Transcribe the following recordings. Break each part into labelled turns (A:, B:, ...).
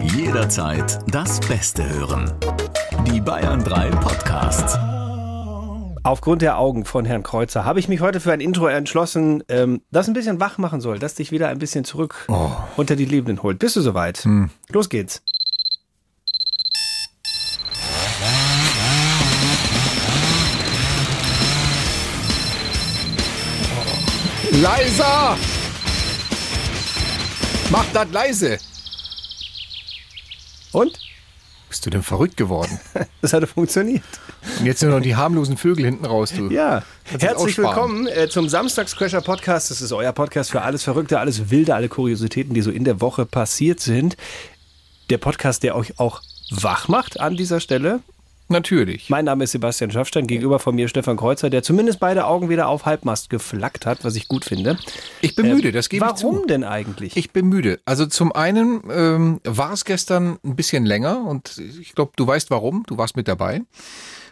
A: Jederzeit das Beste hören. Die Bayern 3 Podcasts.
B: Aufgrund der Augen von Herrn Kreuzer habe ich mich heute für ein Intro entschlossen, ähm, das ein bisschen wach machen soll, das dich wieder ein bisschen zurück unter die Lebenden holt. Bist du soweit? Los geht's.
C: Leiser! Mach das leise!
B: Und?
C: Bist du denn verrückt geworden?
B: Das hatte funktioniert.
C: Und jetzt sind noch die harmlosen Vögel hinten raus, du.
B: Ja.
C: Kannst du das
B: Herzlich
C: aussparen?
B: willkommen äh, zum Samstagscrasher Podcast. Das ist euer Podcast für alles Verrückte, alles Wilde, alle Kuriositäten, die so in der Woche passiert sind. Der Podcast, der euch auch wach macht an dieser Stelle.
C: Natürlich.
B: Mein Name ist Sebastian Schaffstein, gegenüber von mir Stefan Kreuzer, der zumindest beide Augen wieder auf Halbmast geflackt hat, was ich gut finde.
C: Ich bin müde, das gebe ich zu.
B: Warum denn eigentlich?
C: Ich bin müde. Also zum einen ähm, war es gestern ein bisschen länger und ich glaube, du weißt warum. Du warst mit dabei.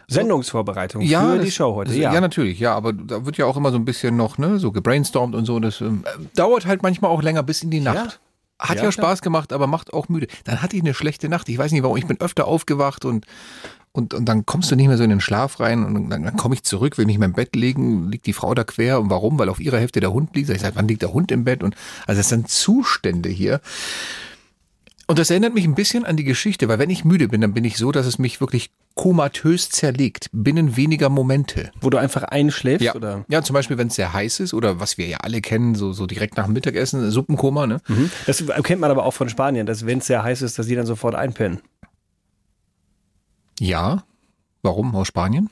B: Sendungsvorbereitung für die
C: das-
B: Show heute.
C: das-
B: ja.
C: ja, natürlich. Ja, aber da wird ja auch immer so ein bisschen noch ne, so gebrainstormt und so. Das ähm, dauert halt manchmal auch länger bis in die Nacht. Hat ja,
B: Ja,
C: Spaß gemacht, aber macht auch müde. Dann hatte ich eine schlechte Nacht. Ich weiß nicht warum. Ich bin öfter aufgewacht und und, und dann kommst du nicht mehr so in den Schlaf rein und dann, dann komme ich zurück, will mich in mein Bett legen, liegt die Frau da quer und warum? Weil auf ihrer Hälfte der Hund liegt. Sag Ich sage, wann liegt der Hund im Bett? Und also das sind Zustände hier. Und das erinnert mich ein bisschen an die Geschichte, weil wenn ich müde bin, dann bin ich so, dass es mich wirklich komatös zerlegt, binnen weniger Momente.
B: Wo du einfach einschläfst
C: Ja,
B: oder?
C: ja zum Beispiel, wenn es sehr heiß ist oder was wir ja alle kennen, so, so direkt nach dem Mittagessen, Suppenkoma, ne?
B: Das kennt man aber auch von Spanien, dass wenn es sehr heiß ist, dass die dann sofort einpennen.
C: Ja. Warum? Aus Spanien?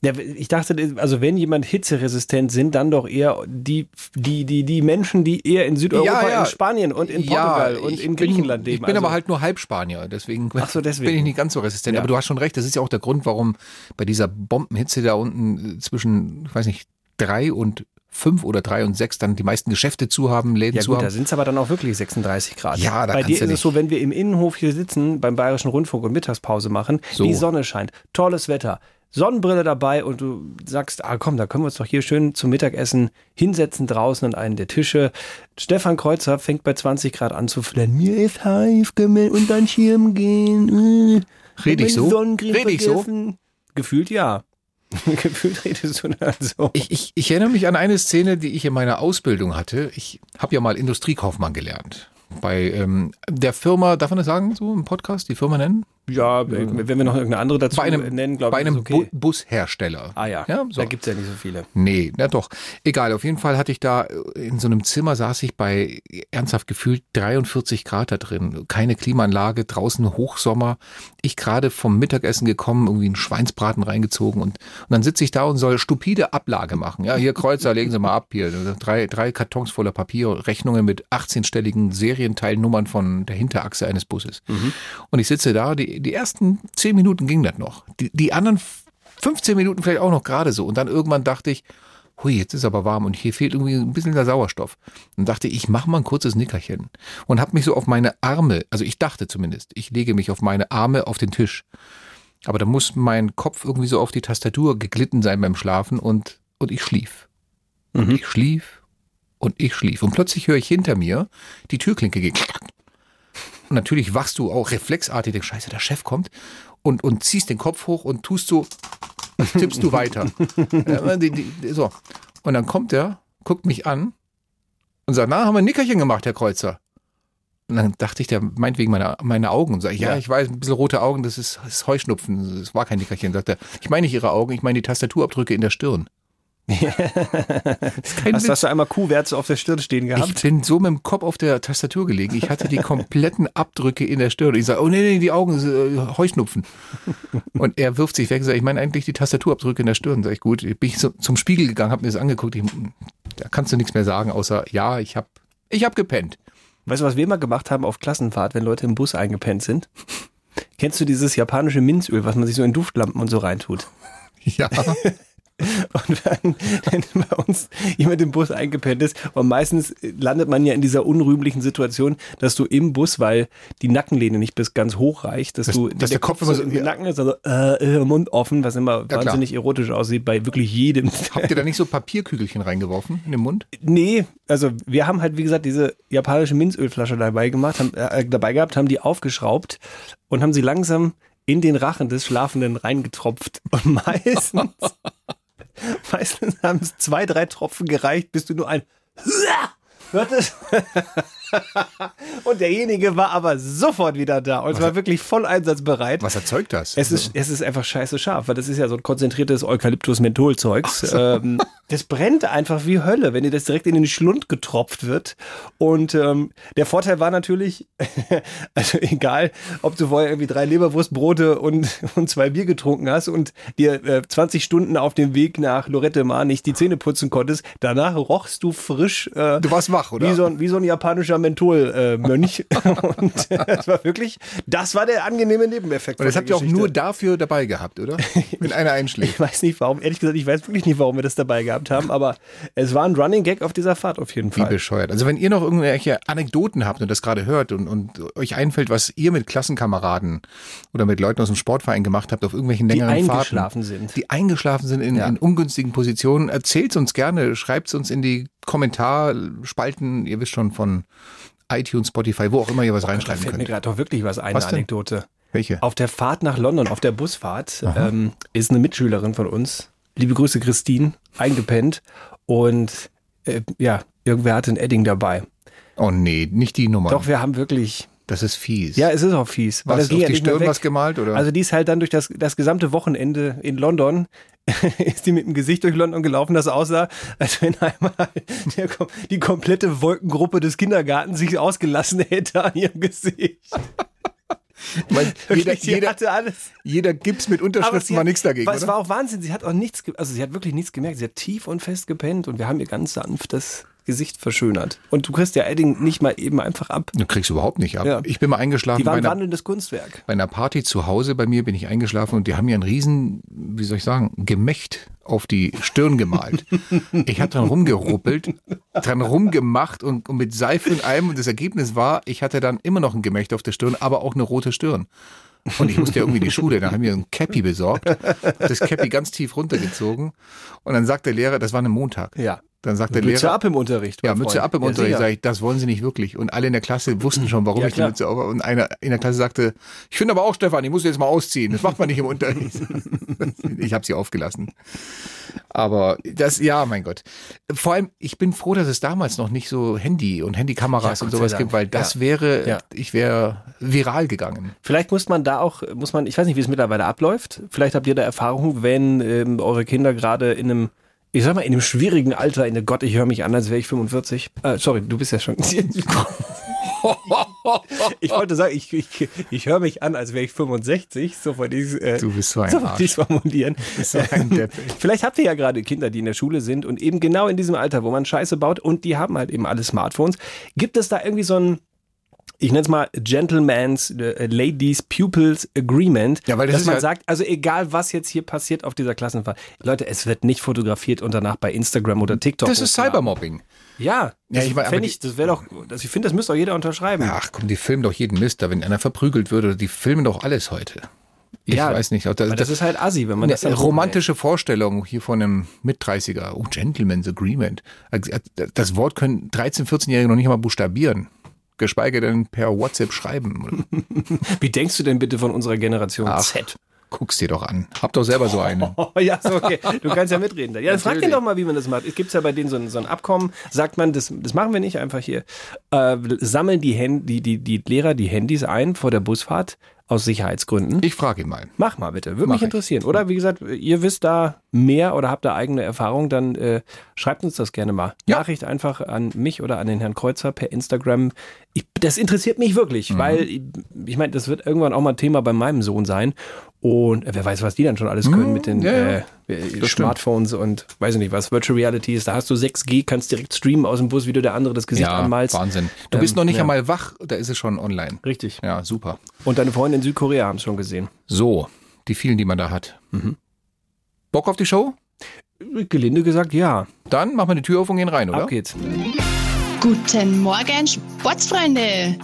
B: Ja, ich dachte, also wenn jemand hitzeresistent sind, dann doch eher die, die, die, die Menschen, die eher in Südeuropa,
C: Ja, ja.
B: in Spanien und in Portugal
C: ich
B: und in
C: bin-
B: Griechenland leben.
C: Ich bin
B: also,
C: aber halt nur Halbspanier, deswegen,
B: Ach so, deswegen.
C: bin ich nicht ganz so resistent.
B: Ja.
C: Aber du hast schon recht, das ist ja auch der Grund, warum bei dieser Bombenhitze da unten zwischen, ich weiß nicht, drei und fünf oder drei und sechs dann die meisten Geschäfte zu haben, Läden
B: ja
C: zu
B: gut,
C: haben.
B: da sind es aber dann auch wirklich 36 Grad.
C: Ja, da
B: Bei
C: kannst
B: dir
C: du
B: ist es
C: nicht.
B: so, wenn wir im Innenhof hier sitzen, beim Bayerischen Rundfunk und Mittagspause machen,
C: So.
B: die Sonne scheint, tolles Wetter, Sonnenbrille dabei und du sagst, ah komm, da können wir uns doch hier schön zum Mittagessen hinsetzen draußen an einen der Tische. Stefan Kreuzer fängt bei 20 Grad an zu flirren. Mir ist heiß, können wir unter den Schirm gehen. äh.
C: Red ich
B: Hab meine
C: so?
B: Sonnencreme
C: Red ich so?
B: vergessen. Gefühlt ja. Gefühlt redest du dann so.
C: Ich, ich, ich erinnere mich an eine Szene, die ich in meiner Ausbildung hatte. Ich habe ja mal Industriekaufmann gelernt. Bei ähm, der Firma, darf man das sagen, so im Podcast, die Firma nennen?
B: Ja, wenn wir noch irgendeine andere dazu
C: Bei einem,
B: nennen, glaube
C: bei
B: ich,
C: einem
B: ist okay.
C: Bu Bushersteller.
B: Ah ja,
C: ja so.
B: da gibt es ja nicht so viele.
C: Nee, na doch. Egal, auf jeden Fall hatte ich da äh, in so einem Zimmer saß ich bei äh, ernsthaft gefühlt 43 Grad da drin. Keine Klimaanlage, draußen Hochsommer. Ich gerade vom Mittagessen gekommen, irgendwie einen Schweinsbraten reingezogen und, und dann sitze ich da und soll stupide Ablage machen. Ja, hier Kreuzer, legen Sie mal ab hier. Also Drei, drei Kartons voller Papier, Rechnungen mit 18-stelligen Serienteilnummern von der Hinterachse eines Busses. Und ich sitze da, die, die ersten 10 Minuten ging das noch. Die, die anderen 15 Minuten vielleicht auch noch gerade so. Und dann irgendwann dachte ich, hui, jetzt ist aber warm und hier fehlt irgendwie ein bisschen der Sauerstoff. Und dachte ich, ich mache mal ein kurzes Nickerchen. Und habe mich so auf meine Arme, also ich dachte zumindest, ich lege mich auf meine Arme auf den Tisch. Aber da muss mein Kopf irgendwie so auf die Tastatur geglitten sein beim Schlafen und, und ich schlief. Und ich schlief und ich schlief. Und plötzlich höre ich hinter mir die Türklinke gehen. Und natürlich wachst du auch reflexartig, denkst, scheiße, der Chef kommt und, und ziehst den Kopf hoch und tust so, als tippst du weiter. ja, die, die, die, so. Und dann kommt er, guckt mich an und sagt, na, haben wir ein Nickerchen gemacht, Herr Kreuzer. Und dann dachte ich, der meint wegen meiner, meiner Augen. Und sag ich, ja,
B: Ja.
C: ich weiß, ein bisschen rote Augen, das ist, das ist Heuschnupfen, das war kein Nickerchen. Sagt er, ich meine nicht Ihre Augen, ich meine die Tastaturabdrücke in der Stirn. Kein
B: Hast, hast du einmal Kuhwärts auf der Stirn stehen gehabt?
C: ich bin so mit dem Kopf auf der Tastatur gelegen. Ich hatte die kompletten Abdrücke in der Stirn. Ich sage, oh nee, nee, die Augen, äh, Heuschnupfen. Und er wirft sich weg und sagt, ich meine eigentlich die Tastaturabdrücke in der Stirn. Sag ich, gut, bin ich so, zum Spiegel gegangen, habe mir das angeguckt. Ich, da kannst du nichts mehr sagen, außer, ja, ich habe ich hab gepennt.
B: Weißt du, was wir immer gemacht haben auf Klassenfahrt, wenn Leute im Bus eingepennt sind? Kennst du dieses japanische Minzöl, was man sich so in Duftlampen und so reintut?
C: Ja,
B: Und wenn, wenn bei uns jemand im Bus eingepennt ist, und meistens landet man ja in dieser unrühmlichen Situation, dass du im Bus, weil die Nackenlehne nicht bis ganz hoch reicht, dass,
C: Dass-
B: du
C: dass der Kopf immer so
B: im
C: irgendwie-
B: Nacken ist, also äh, äh, Mund offen, was immer
C: klar.
B: wahnsinnig erotisch aussieht bei wirklich jedem.
C: Habt ihr da nicht so Papierkügelchen reingeworfen in den Mund?
B: Nee, also wir haben halt, wie gesagt, diese japanische Minzölflasche dabei gemacht, haben, äh, dabei gehabt, haben die aufgeschraubt und haben sie langsam in den Rachen des Schlafenden reingetropft. Und meistens, meistens haben es zwei, drei Tropfen gereicht, bis du nur ein hörtest. und derjenige war aber sofort wieder da und war wirklich voll einsatzbereit.
C: Was erzeugt das?
B: Es ist, es ist einfach scheiße scharf, weil das ist ja so ein konzentriertes Eukalyptus-Menthol-Zeugs. Ähm, das brennt einfach wie Hölle, wenn dir das direkt in den Schlund getropft wird. Und ähm, der Vorteil war natürlich, also egal, ob du vorher irgendwie drei Leberwurstbrote und, und zwei Bier getrunken hast und dir äh, 20 Stunden auf dem Weg nach Lorette Mar nicht die Zähne putzen konntest, danach rochst du frisch. Äh,
C: Du warst wach, oder?
B: Wie so ein, wie so ein japanischer Menthol-Mönch. und äh, das war wirklich, das war der angenehme Nebeneffekt.
C: Und das
B: von
C: habt
B: der
C: ihr auch
B: Geschichte.
C: nur dafür dabei gehabt, oder? Wenn einer einschläft.
B: Ich weiß nicht warum, ehrlich gesagt, ich weiß wirklich nicht, warum wir das dabei gehabt haben, aber es war ein Running Gag auf dieser Fahrt auf jeden
C: Wie
B: Fall.
C: bescheuert. Also wenn ihr noch irgendwelche Anekdoten habt und das gerade hört und, und euch einfällt, was ihr mit Klassenkameraden oder mit Leuten aus dem Sportverein gemacht habt auf irgendwelchen
B: Die
C: längeren Fahrten.
B: eingeschlafen sind.
C: die eingeschlafen sind in, in ungünstigen Positionen. Erzählt's uns gerne, schreibt's uns in die Kommentarspalten, ihr wisst schon von iTunes, Spotify, wo auch immer ihr was
B: Oh Da
C: reinschreiben
B: fällt mir
C: könnt.
B: gerade doch wirklich was ein,
C: Was
B: eine
C: denn?
B: Anekdote.
C: Welche?
B: Auf der Fahrt nach London, auf der Busfahrt, ähm, ist eine Mitschülerin von uns, liebe Grüße Christine, eingepennt und äh, ja, irgendwer hatte ein Edding dabei.
C: Oh nee, nicht die Nummer.
B: Doch, wir haben wirklich,
C: das ist fies.
B: ja, es ist auch fies. weil
C: was,
B: das
C: auf
B: ging
C: die
B: ja nicht mehr
C: Stirn
B: weg.
C: was gemalt oder?
B: Also die ist halt dann durch das, das gesamte Wochenende in London, ist die mit dem Gesicht durch London gelaufen, das aussah, als wenn einmal der, kom- die komplette Wolkengruppe des Kindergartens sich ausgelassen hätte an ihrem Gesicht.
C: Ich mein, jeder,
B: Wirklich, die
C: jeder,
B: hatte alles.
C: jeder Gips mit
B: sie
C: Unterschriften war
B: hat-
C: nichts dagegen,
B: weil Es
C: oder?
B: war auch Wahnsinn, sie hat auch nichts, ge- also sie hat wirklich nichts gemerkt. Sie hat tief und fest gepennt und wir haben ihr ganz sanft das Gesicht verschönert. Und du kriegst ja Edding nicht mal eben einfach ab.
C: Du kriegst überhaupt nicht ab.
B: Ja.
C: Ich bin mal eingeschlafen
B: Die
C: bei
B: war ein
C: einer
B: wandelndes Kunstwerk.
C: bei einer Party zu Hause bei mir bin ich eingeschlafen und die haben mir ein riesen, wie soll ich sagen, Gemächt auf die Stirn gemalt. ich habe dran rumgeruppelt, dran rumgemacht und, und mit Seife und allem und das Ergebnis war, ich hatte dann immer noch ein Gemächt auf der Stirn, aber auch eine rote Stirn. Und ich musste ja irgendwie in die Schule, da haben wir ein Cappy besorgt, hab das Cappy ganz tief runtergezogen und dann sagt der Lehrer, das war ein Montag,
B: Ja.
C: dann sagt der
B: Mütze
C: Lehrer,
B: ab im Unterricht.
C: ja,
B: mein
C: Mütze
B: Freund.
C: ab im
B: Ja,
C: Unterricht.
B: sicher.
C: Sag ich, das wollen sie nicht wirklich. Und alle in der Klasse wussten schon, warum
B: Ja,
C: ich die
B: klar.
C: Mütze auf habe. Und einer in der Klasse sagte, ich finde aber auch, Stefan, ich muss jetzt mal ausziehen. Das macht man nicht im Unterricht. ich habe sie aufgelassen. Aber das, ja, mein Gott. Vor allem, ich bin froh, dass es damals noch nicht so Handy und Handykameras
B: Ja,
C: und
B: Gott sei
C: sowas
B: Dank.
C: gibt, weil das
B: Ja.
C: wäre,
B: Ja.
C: ich wäre viral gegangen.
B: Vielleicht muss man da auch, muss man, ich weiß nicht, wie es mittlerweile abläuft. Vielleicht habt ihr da Erfahrung, wenn ähm, eure Kinder gerade in einem, ich sag mal, in einem schwierigen Alter, in der Gott, ich höre mich an, als wäre ich 45. Äh, sorry, du bist ja schon. ich wollte sagen, ich, ich, ich höre mich an, als wäre ich 65. So wollte ich es äh,
C: Du bist so ein
B: so wollte
C: Arsch.
B: ich's formulieren. Ähm,
C: so ein Depp, ey.
B: Vielleicht habt ihr ja gerade Kinder, die in der Schule sind und eben genau in diesem Alter, wo man Scheiße baut und die haben halt eben alle Smartphones. Gibt es da irgendwie so ein, ich nenne es mal Gentleman's äh, Ladies Pupils Agreement,
C: Ja, weil das
B: dass
C: ist
B: man
C: ja-
B: sagt, also egal was jetzt hier passiert auf dieser Klassenfahrt, Leute, es wird nicht fotografiert und danach bei Instagram oder TikTok.
C: Das ist
B: hochgeladen.
C: Cybermobbing.
B: Ja, das
C: ich meine, aber
B: fänd ich, das wäre doch, das, ich finde, das müsste doch jeder unterschreiben.
C: Ach komm, die filmen doch jeden Mist. Da, wenn einer verprügelt würde, die filmen doch alles heute. Ich
B: Ja,
C: weiß nicht. ob
B: Weil das ist halt assi, wenn man das dann
C: Eine romantische Vorstellung hier von einem Mit-30er. Oh, Gentleman's Agreement. Also, äh, Das Wort können 13-, 14-Jährige noch nicht mal buchstabieren. Geschweige denn per WhatsApp schreiben.
B: Wie denkst du denn bitte von unserer Generation
C: Ach.
B: Z?
C: Guck's dir doch an. Hab doch selber so einen.
B: Oh, ja, so, okay. Du kannst ja mitreden. Ja, dann frag den
C: Natürlich.
B: doch mal, wie man das macht. Es gibt ja bei denen so ein, so ein Abkommen. Sagt man, das, das machen wir nicht einfach hier. Äh, sammeln die, Hand, die, die, die Lehrer die Handys ein vor der Busfahrt aus Sicherheitsgründen.
C: Ich frage ihn mal.
B: Mach mal bitte, würde
C: Mach
B: mich
C: ich.
B: interessieren. Oder wie gesagt, ihr wisst da mehr oder habt da eigene Erfahrung, dann äh, schreibt uns das gerne mal.
C: Ja.
B: Nachricht einfach an mich oder an den Herrn Kreuzer per Instagram. Ich, das interessiert mich wirklich,
C: Mhm.
B: weil ich, ich meine, das wird irgendwann auch mal Thema bei meinem Sohn sein. Und äh, wer weiß, was die dann schon alles können mit den
C: Mhm. ja, ja.
B: äh, äh, Smartphones und weiß ich nicht was, Virtual Reality ist. Da hast du 6G, kannst direkt streamen aus dem Bus, wie du der andere das Gesicht anmalst.
C: Wahnsinn. Du bist
B: Ähm,
C: noch nicht
B: ja.
C: einmal wach, da ist es schon online.
B: Richtig.
C: Ja, super.
B: Und deine Freunde in Südkorea haben es schon gesehen. Mhm.
C: So, die vielen, die man da hat. Bock auf die Show?
B: Gelinde gesagt, ja.
C: Dann machen wir die Tür auf und gehen rein, oder?
B: Ab geht's.
D: Guten Morgen, Sportsfreunde!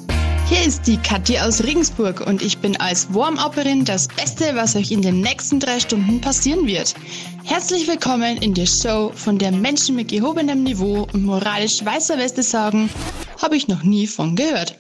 D: Hier ist die Kathi aus Regensburg und ich bin als Warm-Upperin das Beste, was euch in den nächsten drei Stunden passieren wird. Herzlich willkommen in der Show, von der Menschen mit gehobenem Niveau und moralisch weißer Weste sagen, habe ich noch nie von gehört.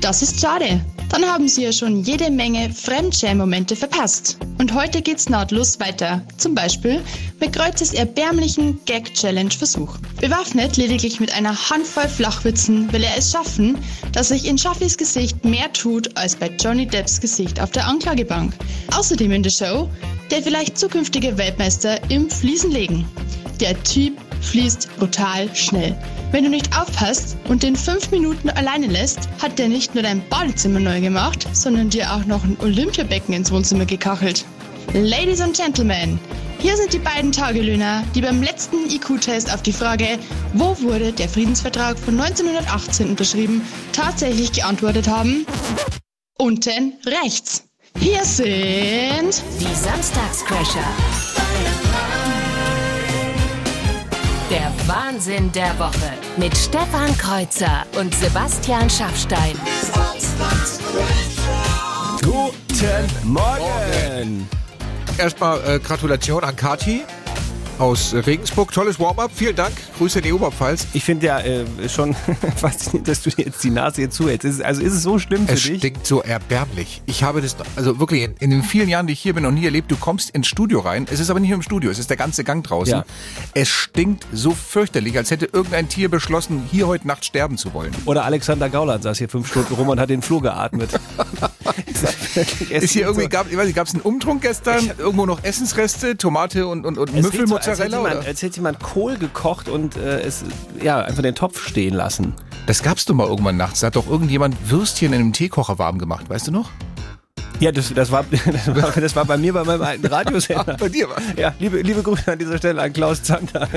D: Das ist schade. Dann haben Sie ja schon jede Menge Fremdschäm-Momente verpasst. Und heute geht's nahtlos weiter. Zum Beispiel mit Kreuzes erbärmlichen Gag-Challenge-Versuch. Bewaffnet lediglich mit einer Handvoll Flachwitzen will er es schaffen, dass sich in Schaffis Gesicht mehr tut als bei Johnny Depps Gesicht auf der Anklagebank. Außerdem in der Show der vielleicht zukünftige Weltmeister im Fliesenlegen. Der Typ fließt brutal schnell. Wenn du nicht aufpasst und den fünf Minuten alleine lässt, hat der nicht nur dein Badezimmer neu gemacht, sondern dir auch noch ein Olympiabecken ins Wohnzimmer gekachelt. Ladies and Gentlemen, hier sind die beiden Tagelöhner, die beim letzten IQ-Test auf die Frage, wo wurde der Friedensvertrag von 1918 unterschrieben, tatsächlich geantwortet haben. Unten rechts. Hier sind
E: Die Samstagscrasher. Der Wahnsinn der Woche mit Stefan Kreuzer und Sebastian Schaffstein.
B: Guten Morgen!
C: Erstmal äh, Gratulation an Kati aus äh, Regensburg. Tolles Warm-up. Vielen Dank. Grüße in die Oberpfalz.
B: Ich finde ja äh, schon faszinierend, dass du dir jetzt die Nase hier zuhältst. Ist, es- also ist es so schlimm für
C: Es
B: dich?
C: stinkt so erbärmlich. Ich habe das, also wirklich, in, in den vielen Jahren, die ich hier bin, noch nie erlebt. Du kommst ins Studio rein. Es ist aber nicht nur im Studio, es ist der ganze Gang draußen.
B: Ja.
C: Es stinkt so fürchterlich, als hätte irgendein Tier beschlossen, hier heute Nacht sterben zu wollen.
B: Oder Alexander Gauland saß hier fünf Stunden rum und hat den Flur geatmet.
C: Ist hier irgendwie, gab, ich weiß nicht, gab es einen Umtrunk gestern? Irgendwo noch Essensreste, Tomate und, und, und Müffelmozzarella?
B: So, als, hätte
C: oder?
B: jemand, als hätte jemand Kohl gekocht und äh, es ja, einfach den Topf stehen lassen.
C: Das gab's doch mal irgendwann nachts. Da hat doch irgendjemand Würstchen in einem Teekocher warm gemacht, weißt du noch?
B: Ja, das, das, war, das, war, das war bei mir bei meinem alten Radiosender.
C: Bei dir war
B: Ja, liebe, liebe Grüße an dieser Stelle an Klaus Zander.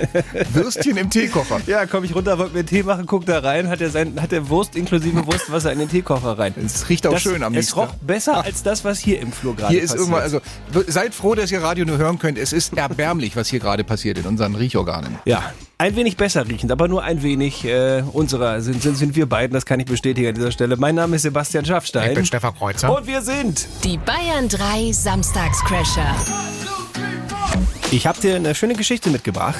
C: Würstchen im Teekocher.
B: Ja, komm ich runter, wollte mir einen Tee machen, guck da rein, hat er, sein, hat er Wurst inklusive Wurstwasser in den Teekocher rein.
C: Es riecht auch
B: das,
C: schön am
B: Es
C: nächsten
B: roch
C: Tag.
B: besser als das, was hier im Flur gerade
C: Hier ist
B: passiert.
C: irgendwann, also w- seid froh, dass ihr Radio nur hören könnt. Es ist erbärmlich, was hier gerade passiert in unseren Riechorganen.
B: Ja, ein wenig besser riechend, aber nur ein wenig äh, unserer sind, sind, sind wir beiden, das kann ich bestätigen an dieser Stelle. Mein Name ist Sebastian Schaffstein.
C: Stefan Kreuzer.
B: und wir sind.
E: Die Bayern 3 Samstagscrasher.
B: Ich habe dir eine schöne Geschichte mitgebracht,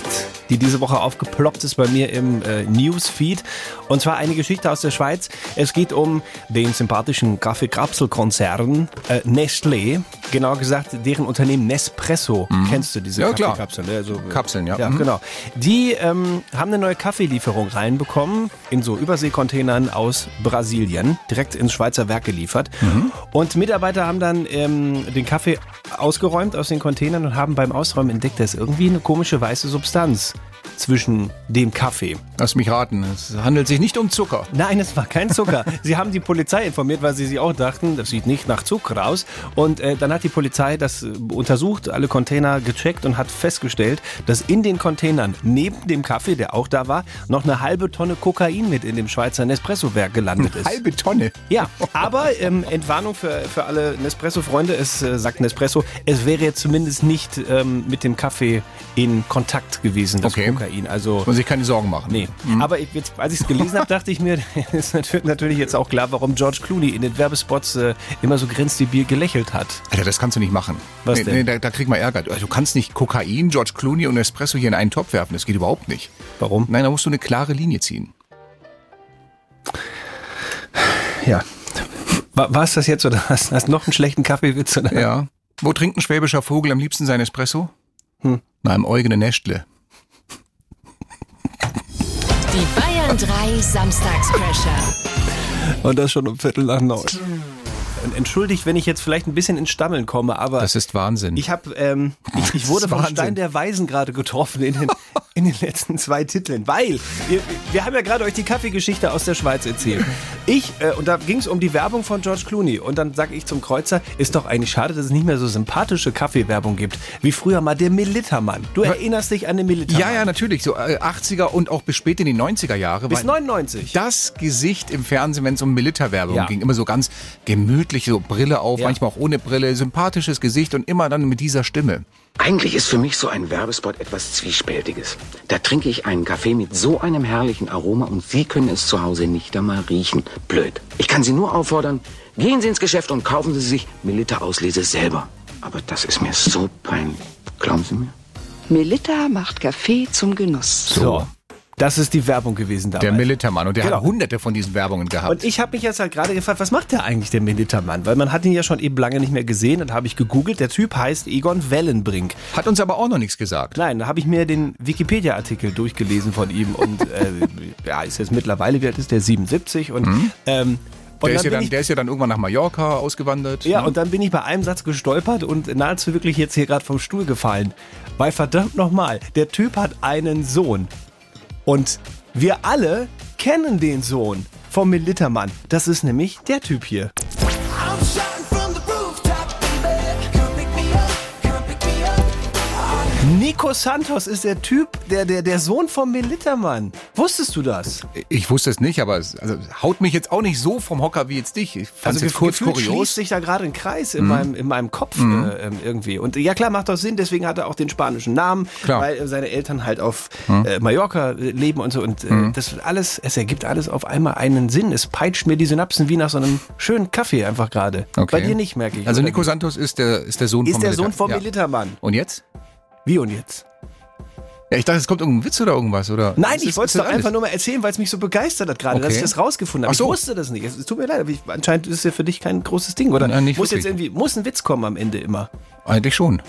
B: die diese Woche aufgeploppt ist bei mir im äh, Newsfeed. Und zwar eine Geschichte aus der Schweiz. Es geht um den sympathischen Kaffeekapselkonzern äh, Nestlé. Genauer gesagt, deren Unternehmen Nespresso. Kennst du diese
C: Mhm. Ja, klar.
B: Kaffeekapseln? ne? Also, äh,
C: Kapseln, ja.
B: Ja,
C: Mhm.
B: genau. Die ähm, haben eine neue Kaffeelieferung reinbekommen in so Überseekontainern aus Brasilien, direkt ins Schweizer Werk geliefert.
C: Mhm.
B: Und Mitarbeiter haben dann ähm, den Kaffee ausgeräumt aus den Containern und haben beim Ausräumen entdeckt, da ist irgendwie eine komische weiße Substanz zwischen dem Kaffee.
C: Lass mich raten, es handelt sich nicht um Zucker.
B: Nein, es war kein Zucker. Sie haben die Polizei informiert, weil sie sich auch dachten, das sieht nicht nach Zucker aus. Und äh, dann hat die Polizei das äh, untersucht, alle Container gecheckt und hat festgestellt, dass in den Containern neben dem Kaffee, der auch da war, noch eine halbe Tonne Kokain mit in dem Schweizer Nespresso-Werk gelandet ist.
C: Halbe Tonne.
B: Ja, aber ähm, Entwarnung für, für alle Nespresso-Freunde, es äh, sagt Nespresso, es wäre jetzt zumindest nicht ähm, mit dem Kaffee in Kontakt gewesen, das
C: Okay.
B: Kokain. Also
C: Man sich keine Sorgen machen.
B: Nee. Aber ich, jetzt, als ich es gelesen habe, dachte ich mir, ist natürlich, natürlich jetzt auch klar, warum George Clooney in den Werbespots äh, immer so grenzdebil gelächelt hat.
C: Alter, das kannst du nicht machen.
B: Was
C: nee,
B: denn?
C: Nee, da, da kriegt man Ärger. Du kannst nicht Kokain, George Clooney und Espresso hier in einen Topf werfen. Das geht überhaupt nicht.
B: Warum?
C: Nein, da musst du eine klare Linie ziehen.
B: Ja. War, war es das jetzt oder hast hast noch einen schlechten Kaffeewitz? Oder?
C: Ja. Wo trinkt ein schwäbischer Vogel am liebsten sein Espresso?
B: Hm.
C: Na, im eigenen Nestle.
B: Ah.
E: Die Bayern 3 Samstagscrasher.
B: Und das schon um Viertel nach neun. Und Entschuldigt, wenn ich jetzt vielleicht ein bisschen ins Stammeln komme, aber
C: Das ist Wahnsinn.
B: ich habe, ähm, ich wurde
C: ist
B: vom
C: Wahnsinn.
B: Stein der Weisen gerade getroffen in den, in den letzten zwei Titeln, weil wir, wir haben ja gerade euch die Kaffeegeschichte aus der Schweiz erzählt. Ich, äh, und da ging es um die Werbung von George Clooney. Und dann sage ich zum Kreuzer, ist doch eigentlich schade, dass es nicht mehr so sympathische Kaffeewerbung gibt, wie früher mal der Militermann. Du erinnerst dich an den Militermann.
C: Ja, ja, natürlich. So äh, 80er und auch bis spät in die 90er Jahre.
B: Bis
C: weil
B: 99.
C: das Gesicht im Fernsehen, wenn es um Militärwerbung
B: Ja.
C: ging, immer so ganz gemütlich, so Brille auf,
B: Ja.
C: manchmal auch ohne Brille, sympathisches Gesicht und immer dann mit dieser Stimme.
F: Eigentlich ist für mich so ein Werbespot etwas Zwiespältiges. Da trinke ich einen Kaffee mit so einem herrlichen Aroma und Sie können es zu Hause nicht einmal riechen. Blöd. Ich kann Sie nur auffordern, gehen Sie ins Geschäft und kaufen Sie sich Milita-Auslese selber. Aber das ist mir so peinlich. Glauben Sie mir?
G: Melitta macht Kaffee zum Genuss.
B: So. Das ist die Werbung gewesen damals.
C: Der Militärmann. Und der
B: Genau.
C: hat hunderte von diesen Werbungen gehabt.
B: Und ich habe mich jetzt halt gerade gefragt, was macht der eigentlich, der Militermann? Weil man hat ihn ja schon eben lange nicht mehr gesehen. Dann habe ich gegoogelt, der Typ heißt Egon Wellenbrink.
C: hat uns aber auch noch nichts gesagt.
B: Nein, da habe ich mir den Wikipedia-Artikel durchgelesen von ihm. Und äh, ja, ist jetzt mittlerweile, wie alt ist der? 77. Und, ähm, und
C: Mhm. Der
B: dann
C: ist, ja
B: bin
C: dann,
B: ich-
C: der ist ja dann irgendwann nach Mallorca ausgewandert.
B: ja,
C: ne?
B: und dann bin ich bei einem Satz gestolpert und nahezu wirklich jetzt hier gerade vom Stuhl gefallen. Weil verdammt nochmal, der Typ hat einen Sohn. Und wir alle kennen den Sohn vom Militermann. Das ist nämlich der Typ hier.
H: I'm shouting from the rooftop, baby. Come pick me up, come pick me up.
B: Nico Santos ist der Typ, der, der, der Sohn vom Militermann. Wusstest du das?
C: Ich wusste es nicht, aber es also, haut mich jetzt auch nicht so vom Hocker wie jetzt dich. Ich fand es
B: gef-
C: jetzt kurz
B: Also gefühlt schließt
C: kurios. Mhm.
B: sich da gerade ein Kreis in, meinem, in meinem Kopf äh, ähm, irgendwie. Und ja klar, macht doch Sinn, deswegen hat er auch den spanischen Namen,
C: Klar. Mhm.
B: weil äh, seine Eltern halt auf äh, Mallorca äh, leben und so. Und äh, das alles, es ergibt alles auf einmal einen Sinn. Es peitscht mir die Synapsen wie nach so einem schönen Kaffee einfach gerade. Bei dir nicht, merke ich.
C: Also
B: Oder
C: Nico
B: wie?
C: Santos ist der, ist der Sohn vom
B: ist der
C: Militär-
B: Sohn vom
C: ja.
B: Militermann.
C: Und jetzt?
B: Wie und jetzt?
C: Ja, ich dachte, es kommt irgendein Witz oder irgendwas, oder?
B: Nein,
C: Das
B: ich
C: ist-
B: wollte es
C: ist das
B: doch
C: alles?
B: einfach nur mal erzählen, weil es mich so begeistert hat gerade, dass
C: Okay.
B: ich das rausgefunden habe.
C: Ach so.
B: Ich wusste das nicht. Es, es tut mir leid, aber ich, anscheinend ist es ja für dich kein großes Ding, oder?
C: Nein, nicht
B: muss jetzt
C: wirklich.
B: irgendwie, muss ein Witz kommen am Ende immer.
C: Eigentlich schon.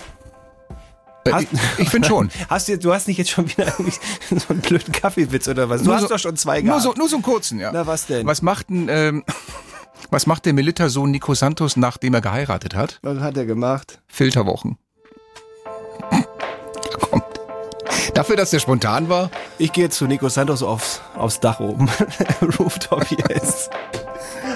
C: Äh,
B: Hast-
C: ich ich finde schon.
B: Hast du, jetzt- du hast nicht jetzt schon wieder irgendwie so einen blöden Kaffeewitz oder was? Du hast doch schon zwei
C: nur
B: gehabt.
C: so, nur so einen kurzen, ja.
B: Na, was denn?
C: Was macht ein, ähm, was macht der Militärsohn Nico Santos, nachdem er geheiratet hat?
B: was hat er gemacht?
C: Filterwochen. Kommt. Dafür, dass der spontan war.
B: Ich gehe jetzt zu Nico Santos aufs, aufs Dach oben. Rooftop jetzt.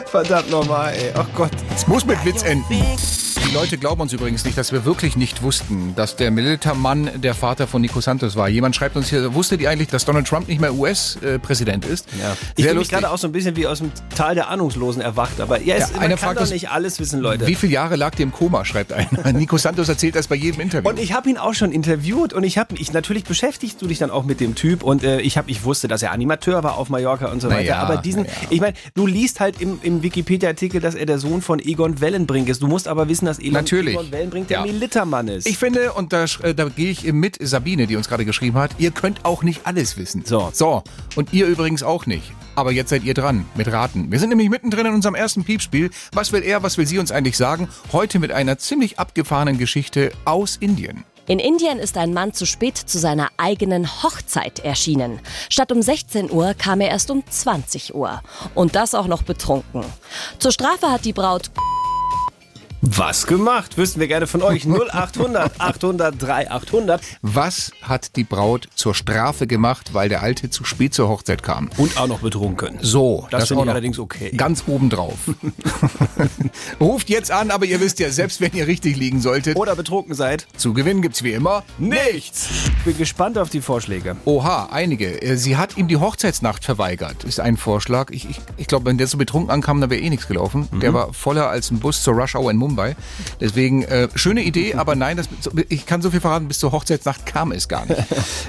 B: Verdammt nochmal, ey. Ach Gott.
C: Es muss mit Witz enden. Die Leute glauben uns übrigens nicht, dass wir wirklich nicht wussten, dass der Militärmann der Vater von Nico Santos war. Jemand schreibt uns hier, wusstet ihr eigentlich, dass Donald Trump nicht mehr US-Präsident ist?
B: Ich
C: Sehr
B: fühle mich
C: lustig.
B: gerade auch so ein bisschen wie aus dem Tal der Ahnungslosen erwacht. Aber ja, es,
C: Ja,
B: man
C: einer
B: kann
C: fragt
B: doch
C: uns,
B: nicht alles wissen, Leute.
C: Wie viele Jahre lag der im Koma, schreibt einer. Nico Santos erzählt das bei jedem Interview.
B: Und ich habe ihn auch schon interviewt und ich habe ich natürlich beschäftigst du dich dann auch mit dem Typ und äh, ich habe ich wusste, dass er Animateur war auf Mallorca und so weiter,
C: ja,
B: aber diesen
C: na ja.
B: ich meine, du liest halt im, im Wikipedia Artikel, dass er der Sohn von Egon Wellenbrink ist. Du musst aber wissen, dass Elon,
C: Natürlich.
B: Egon Wellenbrink der
C: Ja.
B: Militermann ist.
C: Ich finde, und da, sch- äh, da gehe ich mit Sabine, die uns gerade geschrieben hat, ihr könnt auch nicht alles wissen.
B: So.
C: So. Und ihr übrigens auch nicht. Aber jetzt seid ihr dran mit Raten. Wir sind nämlich mittendrin in unserem ersten Piepspiel. Was will er, was will sie uns eigentlich sagen? Heute mit einer ziemlich abgefahrenen Geschichte aus Indien.
I: In Indien ist ein Mann zu spät zu seiner eigenen Hochzeit erschienen. Statt um 16 Uhr kam er erst um 20 Uhr. Und das auch noch betrunken. Zur Strafe hat die Braut
B: Was gemacht? Wüssten wir gerne von euch 0800 800 3800
C: Was hat die Braut zur Strafe gemacht, weil der Alte zu spät zur Hochzeit kam?
B: und auch noch betrunken.
C: So,
B: das, finde
C: auch
B: ich
C: noch
B: allerdings okay.
C: Ganz obendrauf. Ruft jetzt an, aber ihr wisst ja, selbst wenn ihr richtig liegen solltet,
B: Oder betrunken seid?
C: zu gewinnen gibt's wie immer
B: Nichts. Ich bin gespannt auf die Vorschläge.
C: Oha, einige. Äh, Sie hat ihm die Hochzeitsnacht verweigert, ist ein Vorschlag. Ich, ich, ich glaube, wenn der so betrunken ankam, dann wäre eh nichts gelaufen.
B: Mhm.
C: Der war voller als ein Bus zur Rush Hour in Mumbai. Deswegen, äh, schöne Idee, aber nein, das, so- ich kann so viel verraten, bis zur Hochzeitsnacht kam es gar nicht.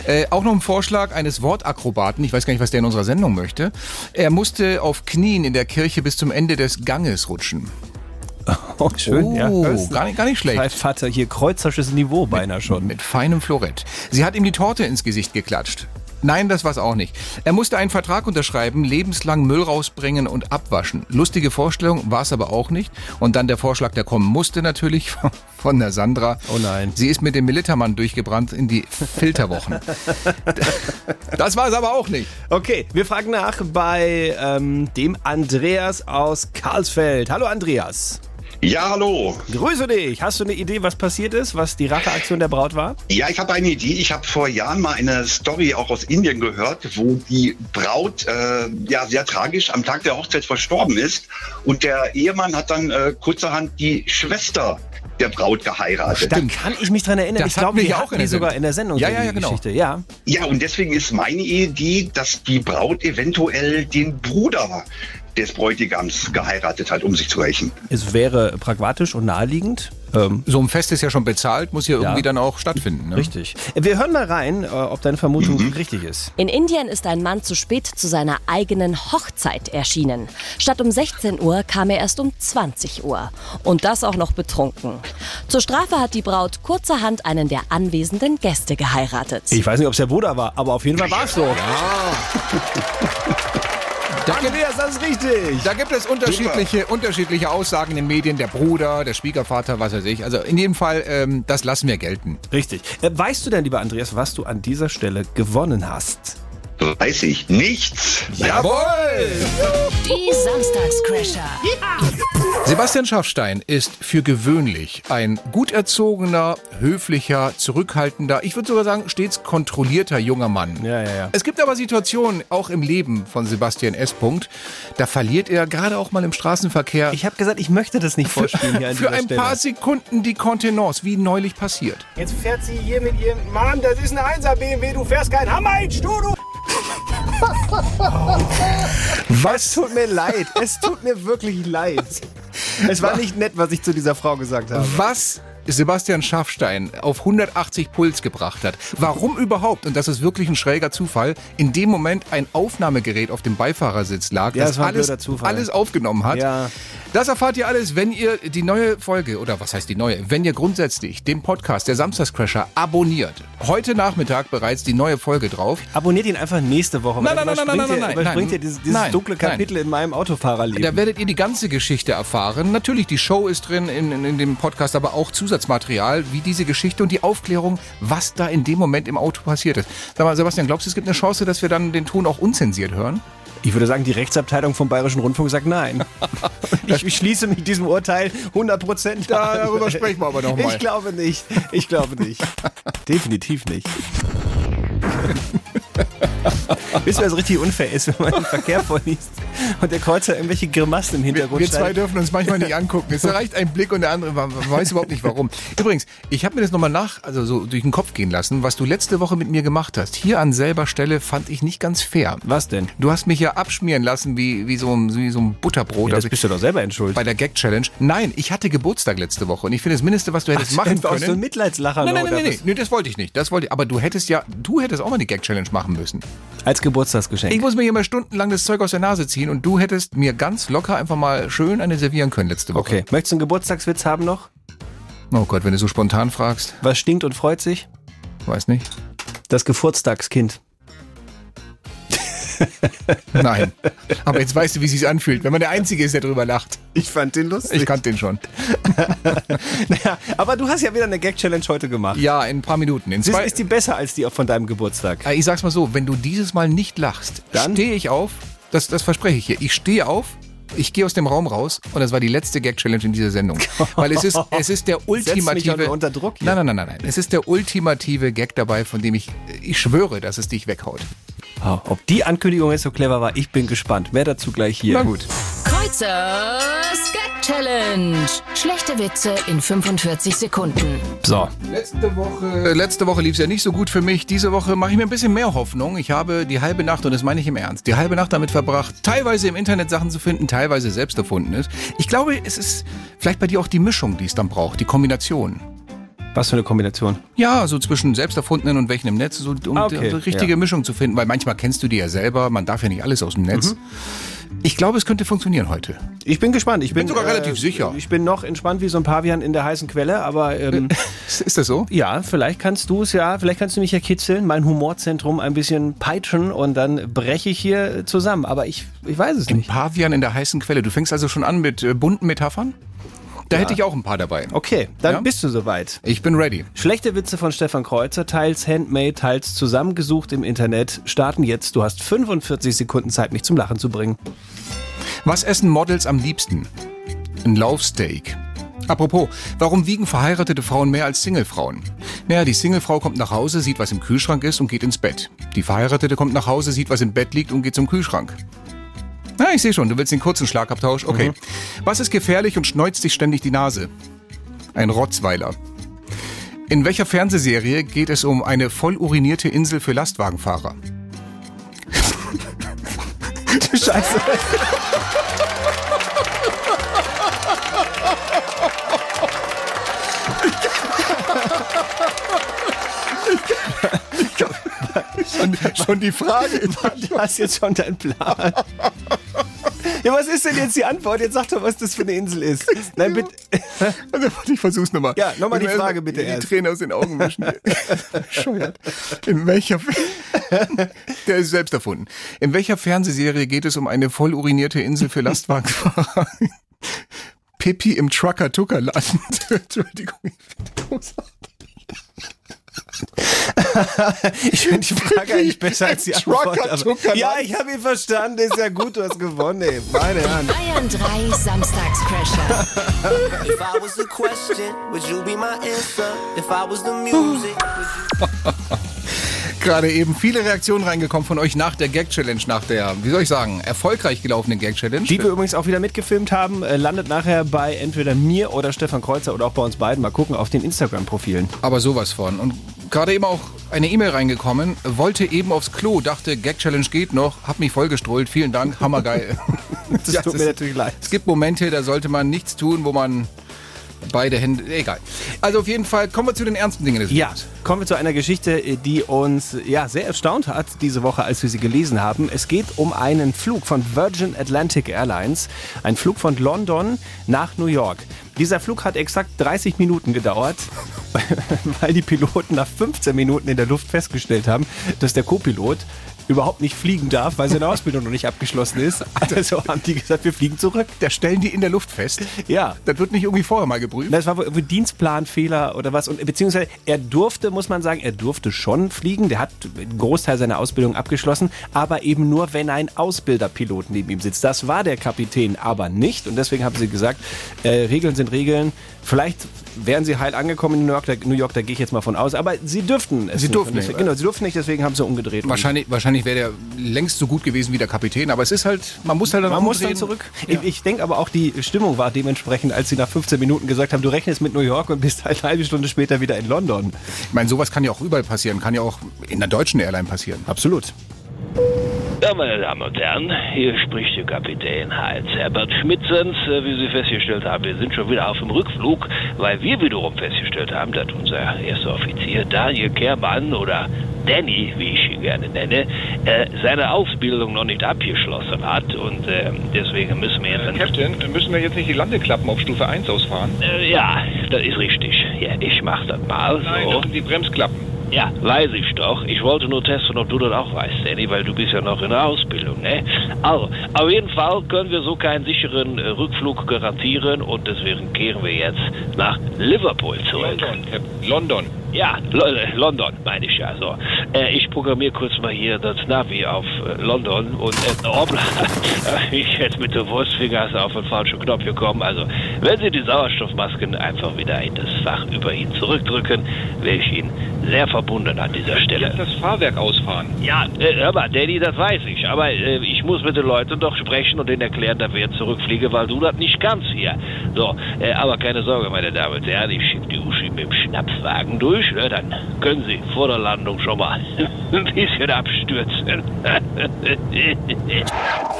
C: äh, auch noch ein Vorschlag eines Wortakrobaten. Ich weiß gar nicht, was der in unserer Sendung möchte. Er musste auf Knien in der Kirche bis zum Ende des Ganges rutschen.
B: Oh, schön,
C: oh,
B: ja.
C: gar, nicht, gar nicht schlecht.
B: Pfeif Vater, hier kreuzerisches Niveau beinahe schon.
C: Mit feinem Florett. Sie hat ihm die Torte ins Gesicht geklatscht. Nein, das war's auch nicht. Er musste einen Vertrag unterschreiben, lebenslang Müll rausbringen und abwaschen. Lustige Vorstellung, war's aber auch nicht. Und dann der Vorschlag, der kommen musste natürlich von der Sandra.
B: Oh nein.
C: Sie ist mit dem Militärmann durchgebrannt in die Filterwochen. das war's aber auch nicht.
B: Okay, wir fragen nach bei ähm, dem Andreas aus Karlsfeld. Hallo Andreas.
J: Ja, hallo.
B: Grüße dich. Hast du eine Idee, was passiert ist, was die Racheaktion der Braut war?
J: Ja, ich habe eine Idee. Ich habe vor Jahren mal eine Story auch aus Indien gehört, wo die Braut äh, ja sehr tragisch am Tag der Hochzeit verstorben ist und der Ehemann hat dann äh, kurzerhand die Schwester der Braut geheiratet.
B: Da kann ich mich dran erinnern.
C: Das
B: ich glaube,
C: hatten wir
B: wir
C: ja auch
B: hatten
C: in
B: die
C: der
B: sogar
C: Sendung.
B: in der Sendung.
C: Ja,
B: so
C: ja,
B: die
C: ja, genau.
B: Geschichte. Ja.
J: Ja, und deswegen ist meine Idee, dass die Braut eventuell den Bruder des Bräutigams geheiratet hat, um sich zu rächen.
B: Es wäre pragmatisch und naheliegend. Ähm,
C: So ein Fest ist ja schon bezahlt, muss ja irgendwie
B: Ja.
C: dann auch stattfinden. Ne?
B: Richtig. Wir hören mal rein, äh, ob deine Vermutung
C: Mhm.
B: richtig ist.
I: In Indien ist ein Mann zu spät zu seiner eigenen Hochzeit erschienen. Statt um 16 Uhr kam er erst um 20 Uhr. Und das auch noch betrunken. Zur Strafe hat die Braut kurzerhand einen der anwesenden Gäste geheiratet.
B: Ich weiß nicht, ob es der Bruder war, aber auf jeden Fall war es so. Danke, Andreas, das ist richtig.
C: Da gibt es unterschiedliche, unterschiedliche Aussagen in den Medien, der Bruder, der Schwiegervater, was weiß ich. Also in jedem Fall, ähm, das lassen wir gelten.
B: Richtig. Äh, Weißt du denn, lieber Andreas, was du an dieser Stelle gewonnen hast?
J: Weiß ich nichts.
C: Jawohl!
E: Die Samstagscrasher.
C: Sebastian Schaffstein ist für gewöhnlich ein gut erzogener, höflicher, zurückhaltender, ich würde sogar sagen stets kontrollierter junger Mann.
B: Ja, ja, ja.
C: Es gibt aber Situationen, auch im Leben von Sebastian S. Punkt, da verliert er gerade auch mal im Straßenverkehr
B: Ich habe gesagt, ich möchte das nicht vorspielen hier an
C: für
B: dieser
C: ein
B: Stelle.
C: paar Sekunden die Kontenance, wie neulich passiert.
K: Jetzt fährt sie hier mit ihrem Mann, das ist ein 1er BMW, du fährst kein Hammer ein, Studio.
B: was?
K: Tut mir leid, es tut mir wirklich leid. Es war nicht nett, was ich zu dieser Frau gesagt habe.
C: was Sebastian Schaffstein auf 180 Puls gebracht hat. Warum überhaupt, und das ist wirklich ein schräger Zufall, in dem Moment ein Aufnahmegerät auf dem Beifahrersitz lag,
B: Ja,
C: das
B: das war ein
C: alles,
B: blöder Zufall.
C: alles aufgenommen hat.
B: Ja.
C: Das erfahrt ihr alles, wenn ihr die neue Folge, oder was heißt die neue, wenn ihr grundsätzlich den Podcast der Samstagscrasher abonniert. Heute Nachmittag bereits die neue Folge drauf.
B: Abonniert ihn einfach nächste Woche. weil
C: Nein, nein,
B: dann
C: nein, nein,
B: überspringt ihr-
C: nein, nein,
B: Überspringt
C: nein.
B: ihr dieses, dieses
C: Nein,
B: dunkle
C: nein.
B: Kapitel in meinem Autofahrerleben.
C: Da werdet ihr die ganze Geschichte erfahren. Natürlich, die Show ist drin in, in, in dem Podcast, aber auch Zusatzmaterial wie diese Geschichte und die Aufklärung, was da in dem Moment im Auto passiert ist. Sag mal, Sebastian, glaubst du, es gibt eine Chance, dass wir dann den Ton auch unzensiert hören?
B: Ich würde sagen, die Rechtsabteilung vom Bayerischen Rundfunk sagt nein. ich, ich schließe mich diesem Urteil 100 Prozent
C: Da- darüber sprechen wir aber noch mal.
B: Ich glaube nicht. Ich glaube nicht. Definitiv nicht. Wisst ihr, was richtig unfair ist, wenn man den Verkehr vorliest und der Kreuzer irgendwelche Grimassen im Hintergrund
C: Wir zwei
B: schneidet?
C: dürfen uns manchmal nicht angucken. Es reicht ein Blick und der andere wa- weiß überhaupt nicht warum. Übrigens, ich habe mir das nochmal nach, also so durch den Kopf gehen lassen, was du letzte Woche mit mir gemacht hast. Hier an selber Stelle fand ich nicht ganz fair.
B: Was denn?
C: Du hast mich ja abschmieren lassen wie, wie, so, ein, wie so ein Butterbrot.
B: Ja,
C: Also
B: das bist du doch selber entschuldigt.
C: bei der Gag Challenge. Nein, ich hatte Geburtstag letzte Woche und ich finde das Mindeste, was du hättest machen
B: Auch so ein
C: können.
B: Mitleidslacher noch,
C: Nein, nein, nein,
B: oder
C: nein,
B: was?
C: nein, nee, das wollte ich nicht. Das wollte ich. Aber du hättest ja, du hättest auch mal eine Gag Challenge machen müssen.
B: Als
C: Ich
B: Geburtstagsgeschenk.
C: muss mir hier mal stundenlang das Zeug aus der Nase ziehen und du hättest mir ganz locker einfach mal schön eine servieren können letzte Woche.
B: Okay. Möchtest du einen Geburtstagswitz haben noch?
C: Oh Gott, wenn du so spontan fragst,
B: Was stinkt und freut sich?
C: weiß nicht.
B: Das Geburtstagskind.
C: Nein. Aber jetzt weißt du, wie es sich anfühlt, wenn man der Einzige ist, der drüber lacht.
K: Ich fand den lustig.
C: Ich kannte den schon.
B: Naja, aber du hast ja wieder eine Gag-Challenge heute gemacht.
C: Ja, in ein paar Minuten. In
B: Siehst du,
C: zwei,
B: Ist die besser als die von deinem Geburtstag?
C: Äh, ich sag's mal so, wenn du dieses Mal nicht lachst,
B: Dann?
C: stehe ich auf, das, das verspreche ich hier, ich stehe auf, ich gehe aus dem Raum raus und das war die letzte Gag-Challenge in dieser Sendung. Weil es ist, es ist der ultimative...
B: unter- unter Druck hier.
C: Nein, nein, nein, nein, nein. Es ist der ultimative Gag dabei, von dem ich, ich schwöre, dass es dich weghaut.
B: Ah, ob die Ankündigung jetzt so clever war, ich bin gespannt. Mehr dazu gleich hier.
C: Na gut.
E: Kreuzers Gag Challenge. Schlechte Witze in 45 Sekunden.
B: So,
C: Letzte Woche, äh, letzte Woche lief es ja nicht so gut für mich. Diese Woche mache ich mir ein bisschen mehr Hoffnung. Ich habe die halbe Nacht, und das meine ich im Ernst, die halbe Nacht damit verbracht, teilweise im Internet Sachen zu finden, teilweise selbst erfunden ist. Ich glaube, es ist vielleicht bei dir auch die Mischung, die es dann braucht, die Kombination.
B: was für eine Kombination.
C: Ja, so zwischen selbst erfundenen und welchen im Netz, so, um
B: Ah, okay,
C: die richtige
B: ja.
C: Mischung zu finden, weil manchmal kennst du die ja selber, man darf ja nicht alles aus dem Netz.
B: Mhm.
C: Ich glaube, es könnte funktionieren heute.
B: Ich bin gespannt. Ich bin, äh,
C: sogar relativ sicher.
B: Ich bin noch entspannt wie so ein Pavian in der heißen Quelle, aber ähm,
C: Ist das so?
B: ja, vielleicht kannst du es ja, vielleicht kannst du mich ja kitzeln, mein Humorzentrum ein bisschen peitschen und dann breche ich hier zusammen. Aber ich, ich weiß es nicht.
C: Pavian in der heißen Quelle. Du fängst also schon an mit äh, bunten Metaphern? Da hätte ich auch ein paar dabei.
B: Okay, dann
C: Ja?
B: bist du soweit.
C: Ich bin ready.
B: Schlechte Witze von Stefan Kreuzer, teils handmade, teils zusammengesucht im Internet, starten jetzt. Du hast 45 Sekunden Zeit, mich zum Lachen zu bringen.
C: Was essen Models am liebsten? Ein Laufsteak. Apropos, warum wiegen verheiratete Frauen mehr als Singlefrauen? Naja, die Singlefrau kommt nach Hause, sieht, was im Kühlschrank ist und geht ins Bett. Die verheiratete kommt nach Hause, sieht, was im Bett liegt und geht zum Kühlschrank. Na, ich sehe schon, du willst den kurzen Schlagabtausch. Okay. Was ist gefährlich und schneuzt dich ständig die Nase? Ein Rotzweiler. In welcher Fernsehserie geht es um eine voll urinierte Insel für Lastwagenfahrer?
K: Scheiße.
C: Schon, schon die Frage.
B: Du hast jetzt schon deinen Plan.
K: Ja, was ist denn jetzt die Antwort? Jetzt sag doch, was das für eine Insel ist. Nein, bitte.
C: Also, warte, ich versuch's nochmal.
K: Ja, nochmal die
C: Ich will
K: Frage
C: erst
K: bitte
C: Die
K: erst.
C: Tränen aus den Augen wischen. Scheuert. In welcher. Der ist selbst erfunden. In welcher Fernsehserie geht es um eine voll urinierte Insel für Lastwagenfahrer? Pippi im Trucker-Tucker-Land. Entschuldigung, ich finde großartig.
K: Ich finde die Frage eigentlich besser als die Antwort.
C: Trucker,
K: aber-
C: Tucker,
K: Ja, ich habe ihn verstanden. Ist ja gut, du hast gewonnen, ey. Meine Herren.
E: Bayern 3 Samstagscrasher.
H: if I was the question, would you be my answer? If I was the music,
C: Gerade eben viele Reaktionen reingekommen von euch nach der Gag-Challenge, nach der, wie soll ich sagen, erfolgreich gelaufenen Gag-Challenge.
B: Die wir übrigens auch wieder mitgefilmt haben, äh, landet nachher bei entweder mir oder Stefan Kreuzer oder auch bei uns beiden. Mal gucken auf den Instagram-Profilen.
C: Aber sowas von. Und gerade eben auch eine E-Mail reingekommen, wollte eben aufs Klo, dachte, Gag-Challenge geht noch, hab mich vollgestrollt, vielen Dank, hammergeil.
B: Das
C: Ja,
B: tut
C: das
B: mir
C: ist-
B: natürlich leid.
C: Es gibt Momente, da sollte man nichts tun, wo man beide Hände, egal. Also auf jeden Fall kommen wir zu den ernsten Dingen des
B: Ja,
C: Lebens.
B: kommen wir zu einer Geschichte, die uns ja sehr erstaunt hat diese Woche, als wir sie gelesen haben. Es geht um einen Flug von Virgin Atlantic Airlines, ein Flug von London nach New York. Dieser Flug hat exakt 30 Minuten gedauert, weil die Piloten nach 15 Minuten in der Luft festgestellt haben, dass der Copilot überhaupt nicht fliegen darf, weil seine Ausbildung noch nicht abgeschlossen ist. Also haben die gesagt, wir fliegen zurück.
C: Da stellen die in der Luft fest.
B: Ja.
C: Das wird nicht irgendwie vorher mal geprüft.
B: Das war wohl irgendwie Dienstplanfehler oder was. Und beziehungsweise er durfte, muss man sagen, er durfte schon fliegen. Der hat einen Großteil seiner Ausbildung abgeschlossen, aber eben nur, wenn ein Ausbilderpilot neben ihm sitzt. Das war der Kapitän aber nicht. Und deswegen haben sie gesagt, äh, Regeln sind Regeln. Vielleicht wären sie heil angekommen in New York, da, New York, da gehe ich jetzt mal von aus. Aber sie dürften es
C: Sie
B: nicht.
C: durften
B: Und deswegen-
C: nicht,
B: Genau, sie durften nicht, deswegen haben sie umgedreht. Und
C: Wahrscheinlich, wahrscheinlich wäre der längst so gut gewesen wie der Kapitän, aber es ist halt, man muss halt dann
B: Man muss dann
C: umdrehen.
B: zurück. Ich, ich denke aber auch, die Stimmung war dementsprechend, als sie nach 15 Minuten gesagt haben, du rechnest mit New York und bist halt eine halbe Stunde später wieder in London.
C: Ich meine, sowas kann ja auch überall passieren, kann ja auch in der deutschen Airline passieren.
B: Absolut.
L: Ja, meine Damen und Herren, hier spricht der Kapitän Heinz Herbert Schmitzens. Äh, Wie Sie festgestellt haben, wir sind schon wieder auf dem Rückflug, weil wir wiederum festgestellt haben, dass unser erster Offizier Daniel Kehrmann oder Danny, wie ich ihn gerne nenne, äh, seine Ausbildung noch nicht abgeschlossen hat und äh, deswegen müssen wir jetzt...
C: Äh,
M: Captain, müssen wir jetzt nicht die Landeklappen auf Stufe 1 ausfahren?
L: Äh, ja, das ist richtig. Ja, ich mach das mal.
M: Nein,
L: so.
M: das sind die Bremsklappen.
L: Ja, weiß ich doch. Ich wollte nur testen, ob du das auch weißt, Danny, weil du bist ja noch in der Ausbildung, ne? Also, auf jeden Fall können wir so keinen sicheren äh, Rückflug garantieren und deswegen kehren wir jetzt nach Liverpool zurück. London. Ja, Lo äh, London meine ich ja so. Äh, ich programmiere kurz mal hier das Navi auf äh, London und äh, hoppla, ich jetzt mit dem Wurstfinger auf den falschen Knopf gekommen. Also, wenn Sie die Sauerstoffmasken einfach wieder in das Fach über ihn zurückdrücken, wäre ich Ihnen sehr verbunden an dieser Stelle.
M: Das Fahrwerk ausfahren.
L: Ja, äh, hör mal, Danny, das weiß ich. Aber äh, ich muss mit den Leuten doch sprechen und denen erklären, dass wir jetzt zurückfliegen, weil du das nicht kannst hier. So, äh, aber keine Sorge, meine Damen und Herren, ich schicke die Uschi mit dem Schnapswagen durch. Ne? Dann können Sie vor der Landung schon mal ein bisschen abstürzen.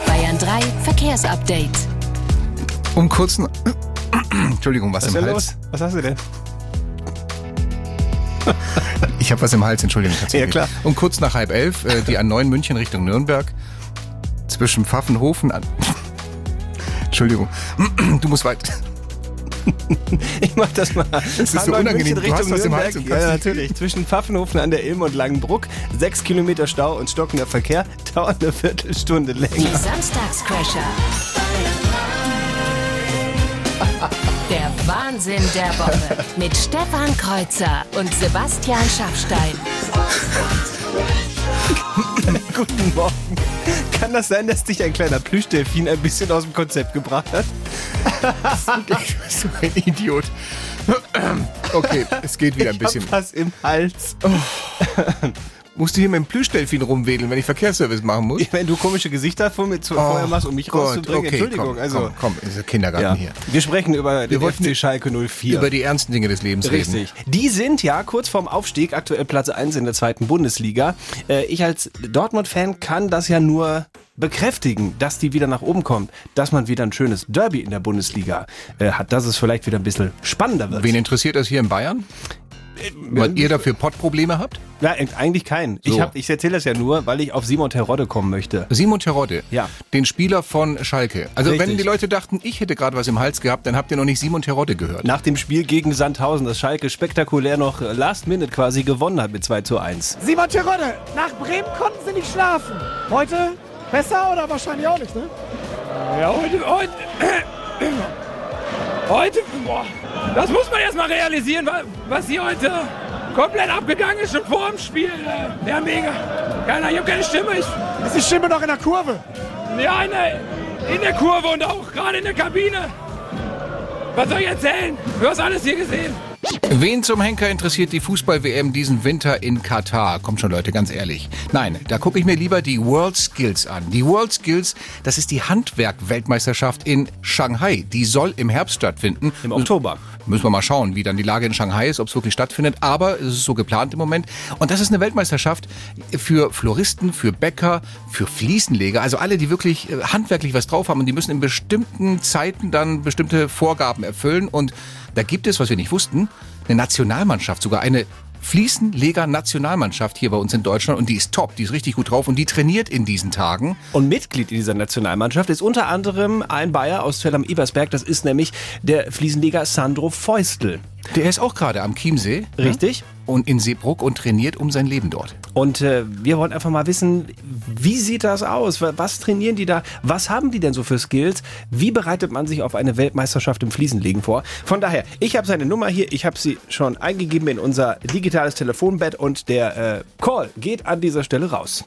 E: Bayern 3 Verkehrsupdate.
C: Um kurzen. Entschuldigung, was,
K: Was ist
C: im
K: denn
C: Hals.
K: los? Was hast du denn?
C: Ich habe was im Hals, Entschuldigung. Katze.
K: Ja, klar.
C: Um kurz nach halb elf, äh, die A9 München Richtung Nürnberg, zwischen Pfaffenhofen an. Entschuldigung, du musst weit.
B: Ich mach das mal.
C: Das ist so
B: Hamburg, München,
C: unangenehm. Du hast
B: Richtung
C: was im
B: Nürnberg.
C: Hals und
B: Ja,
C: kannst nicht-
B: natürlich. Zwischen Pfaffenhofen an der Ilm und Langenbruck. Sechs Kilometer Stau und stockender Verkehr. Dauert eine Viertelstunde
E: Die
B: länger.
E: Samstagscrasher. Der Wahnsinn der Woche. Mit Stefan Kreuzer und Sebastian Schaffstein.
B: Guten Morgen.
K: Kann das sein, dass dich ein kleiner Plüschdelfin ein bisschen aus dem Konzept gebracht hat?
C: so ein Idiot. Okay, es geht wieder ein
K: Ich
C: bisschen.
K: Hab was im Hals.
C: Musst du hier mit dem Plüschdelfin rumwedeln, wenn ich Verkehrsservice machen muss?
K: Wenn du komische Gesichter vor mir zu, vorher machst, um mich rauszubringen. Entschuldigung,
C: Oh komm,
K: also.
C: Komm, komm, ist der Kindergarten
K: Ja.
C: hier.
K: Wir sprechen über den
C: wollten
K: FC Schalke 04.
C: Über die ernsten Dinge des Lebens reden.
B: Richtig. Die sind ja kurz vorm Aufstieg, aktuell Platz 1 in der zweiten Bundesliga. Äh, Ich als Dortmund-Fan kann das ja nur bekräftigen, dass die wieder nach oben kommt, dass man wieder ein schönes Derby in der Bundesliga äh, hat, dass es vielleicht wieder ein bisschen spannender wird.
C: Wen interessiert das hier in Bayern?
B: Äh,
C: Weil ihr dafür Pottprobleme habt?
B: Ja, eigentlich keinen. Ich,
C: So.
B: hab- ich erzähle das ja nur, weil ich auf Simon Terodde kommen möchte.
C: Simon Terodde,
B: Ja.
C: den Spieler von Schalke. Also
B: Richtig.
C: wenn die Leute dachten, ich hätte gerade was im Hals gehabt, dann habt ihr noch nicht Simon Terodde gehört.
B: Nach dem Spiel gegen Sandhausen, das Schalke spektakulär noch äh, Last Minute quasi gewonnen hat mit 2 zu 1.
N: Simon Terodde, nach Bremen konnten sie nicht schlafen. Heute besser oder wahrscheinlich auch nicht, ne?
O: Ja, heute, heute, heute, boah, das muss man erstmal realisieren, wa- was hier heute komplett abgegangen ist, schon vor dem Spiel. äh, Ja, mega. Keine, ich habe keine Stimme. Ich, ist die Stimme noch in der Kurve? Ja, in der, in der Kurve und auch gerade in der Kabine. Was soll ich erzählen? Du hast alles hier gesehen.
C: Wen zum Henker interessiert die Fußball-WM diesen Winter in Katar? Kommt schon, Leute, ganz ehrlich. Nein, da gucke ich mir lieber die World Skills an. Die World Skills, das ist die Handwerk-Weltmeisterschaft in Shanghai. Die soll im Herbst stattfinden. Im Oktober. Müssen wir mal schauen, wie dann die Lage in Shanghai ist, ob es wirklich stattfindet. Aber es ist so geplant im Moment. Und das ist eine Weltmeisterschaft für Floristen, für Bäcker, für Fliesenleger. Also alle, die wirklich äh, handwerklich was drauf haben. Und die müssen in bestimmten Zeiten dann bestimmte Vorgaben erfüllen. Und da gibt es, was wir nicht wussten, eine Nationalmannschaft, sogar eine Fliesenleger-Nationalmannschaft hier bei uns in Deutschland und die ist top, die ist richtig gut drauf und die trainiert in diesen Tagen.
B: Und Mitglied in dieser Nationalmannschaft ist unter anderem ein Bayer aus Fell am Ebersberg, das ist nämlich der Fliesenleger Sandro Feustel.
O: Mhm.
C: Der ist auch gerade am Chiemsee. ne?
B: Richtig.
C: Und in Seebruck und trainiert um sein Leben dort.
B: Und äh, wir wollen einfach mal wissen, wie sieht das aus? Wa- Was trainieren die da? Was haben die denn so für Skills? Wie bereitet man sich auf eine Weltmeisterschaft im Fliesenlegen vor? Von daher, ich habe seine Nummer hier, ich habe sie schon eingegeben in unser digitales Telefonbett und der äh, Call geht an dieser Stelle raus.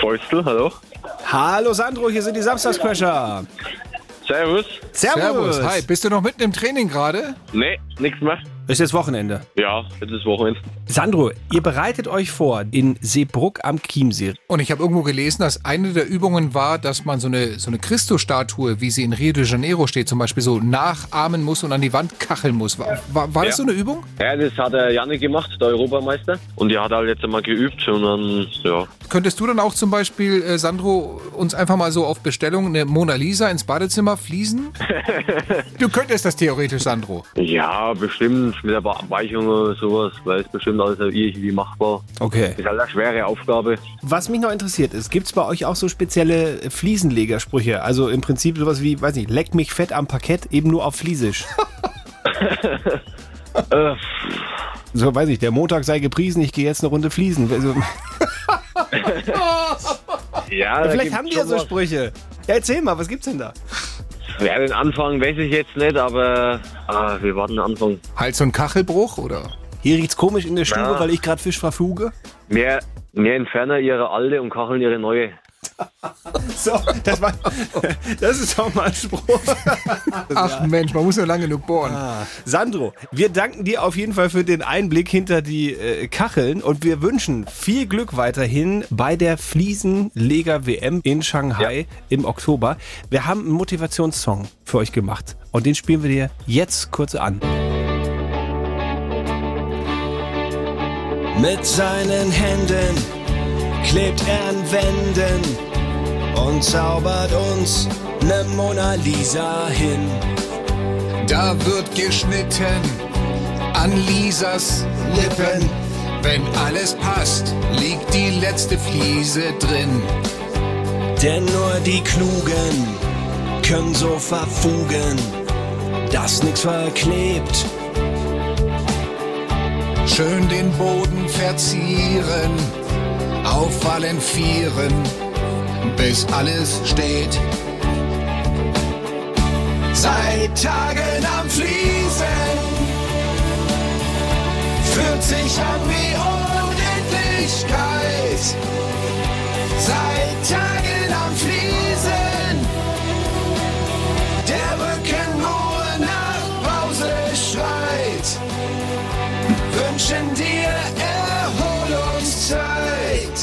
P: Feustel, hallo.
B: Hallo Sandro, hier sind die Samstagscrasher.
P: Servus.
C: Servus. Hi, bist du noch mitten im Training gerade?
P: Nee, nichts mehr.
B: Ist jetzt Wochenende.
P: Ja, jetzt ist Wochenende.
B: Sandro, ihr bereitet euch vor in Seebruck am Chiemsee.
C: Und ich habe irgendwo gelesen, dass eine der Übungen war, dass man so eine, so eine Christo-Statue, wie sie in Rio de Janeiro steht, zum Beispiel so nachahmen muss und an die Wand kacheln muss. War, war, war das so eine Übung?
P: Ja, das hat der Janne gemacht, der Europameister. Und die hat halt jetzt einmal geübt und dann, ja.
C: Könntest du dann auch zum Beispiel, äh, Sandro, uns einfach mal so auf Bestellung eine Mona Lisa ins Badezimmer fließen? du könntest das theoretisch, Sandro.
P: Ja, bestimmt mit ein paar Abweichungen oder sowas, weil es bestimmt alles irgendwie machbar.
B: Okay.
P: Ist halt eine schwere Aufgabe.
B: Was mich noch interessiert ist, gibt es bei euch auch so spezielle Fliesenlegersprüche? Also im Prinzip sowas wie, weiß nicht, leck mich fett am Parkett, eben nur auf Fliesisch.
P: Äh,
B: so, weiß ich, der Montag sei gepriesen, ich gehe jetzt eine Runde fliesen. Also,
P: Ja, da
B: vielleicht
P: gibt's
B: haben die
P: schon
B: ja so
P: was.
B: Sprüche. Ja, erzähl mal, was gibt's denn da?
P: Ja, den Anfang weiß ich jetzt nicht, aber ah, wir warten den Anfang.
C: Hals- und Kachelbruch, oder?
B: Hier riecht's komisch in der Stube,
P: Ja.
B: weil ich gerade Fisch verfuge.
P: Mehr, mehr entfernen ihre alte und kacheln ihre neue.
B: So, das war. Das ist doch mal ein Spruch.
C: Ach Mensch, man muss nur lange genug bohren.
B: Sandro, wir danken dir auf jeden Fall für den Einblick hinter die äh, Kacheln und wir wünschen viel Glück weiterhin bei der Fliesenleger-WM in Shanghai im Oktober. Wir haben einen Motivationssong für euch gemacht und den spielen wir dir jetzt kurz an.
H: Mit seinen Händen klebt er an Wänden und zaubert uns ne Mona Lisa hin.
C: Da wird geschnitten an Lisas Lippen. Wenn alles passt, liegt die letzte Fliese drin.
H: Denn nur die Klugen können so verfugen, dass nix verklebt.
C: Schön den Boden verzieren, auf allen Vieren, bis alles steht.
H: Seit Tagen am Fließen fühlt sich an wie unendlich. nicht kalt. Seit Tagen am Fließen. Der Rücken hohe Nachpause schreit. Wünschen dir Erholungszeit.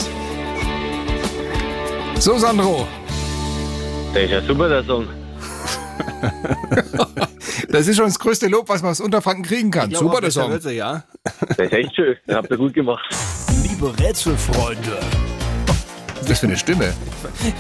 C: So, Sandro.
P: Der ist ja super, der Song.
C: Das ist schon das größte Lob, was man aus Unterfranken kriegen kann.
P: Ich glaub,
C: Super,
P: auch
C: der
P: besser
C: Song.
P: wird's Der ist echt schön. Den habt ihr gut gemacht.
A: Liebe Rätselfreunde.
C: Was ist das für eine Stimme?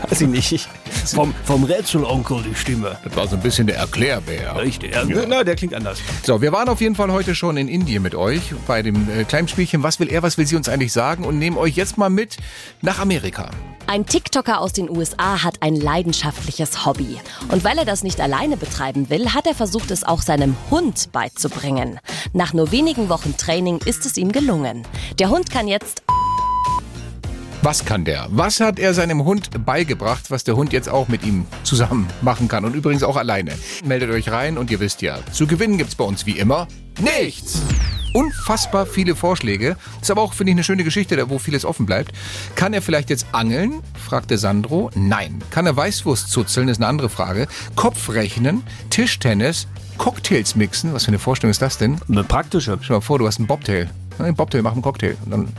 B: Weiß ich nicht. Vom, vom Rätselonkel die Stimme.
C: Das war so ein bisschen der Erklärbär.
B: Richtig. Ja. Na, der klingt anders.
C: So, wir waren auf jeden Fall heute schon in Indien mit euch bei dem äh, kleinen Spielchen Was will er, was will sie uns eigentlich sagen und nehmen euch jetzt mal mit nach Amerika.
I: Ein TikToker aus den USA hat ein leidenschaftliches Hobby. Und weil er das nicht alleine betreiben will, hat er versucht, es auch seinem Hund beizubringen. Nach nur wenigen Wochen Training ist es ihm gelungen. Der Hund kann jetzt
C: Was kann der? Was hat er seinem Hund beigebracht, was der Hund jetzt auch mit ihm zusammen machen kann und übrigens auch alleine? Meldet euch rein und ihr wisst ja, zu gewinnen gibt's bei uns wie immer nichts. Unfassbar viele Vorschläge. Ist aber auch, finde ich, eine schöne Geschichte, da wo vieles offen bleibt. Kann er vielleicht jetzt angeln? fragte Sandro. Nein. Kann er Weißwurst zuzeln? Ist eine andere Frage. Kopf rechnen, Tischtennis, Cocktails mixen. Was für eine Vorstellung ist das denn?
B: Eine praktische.
C: Stell dir mal vor, du hast einen Bobtail. Ein Bobtail, mach einen Cocktail. Und dann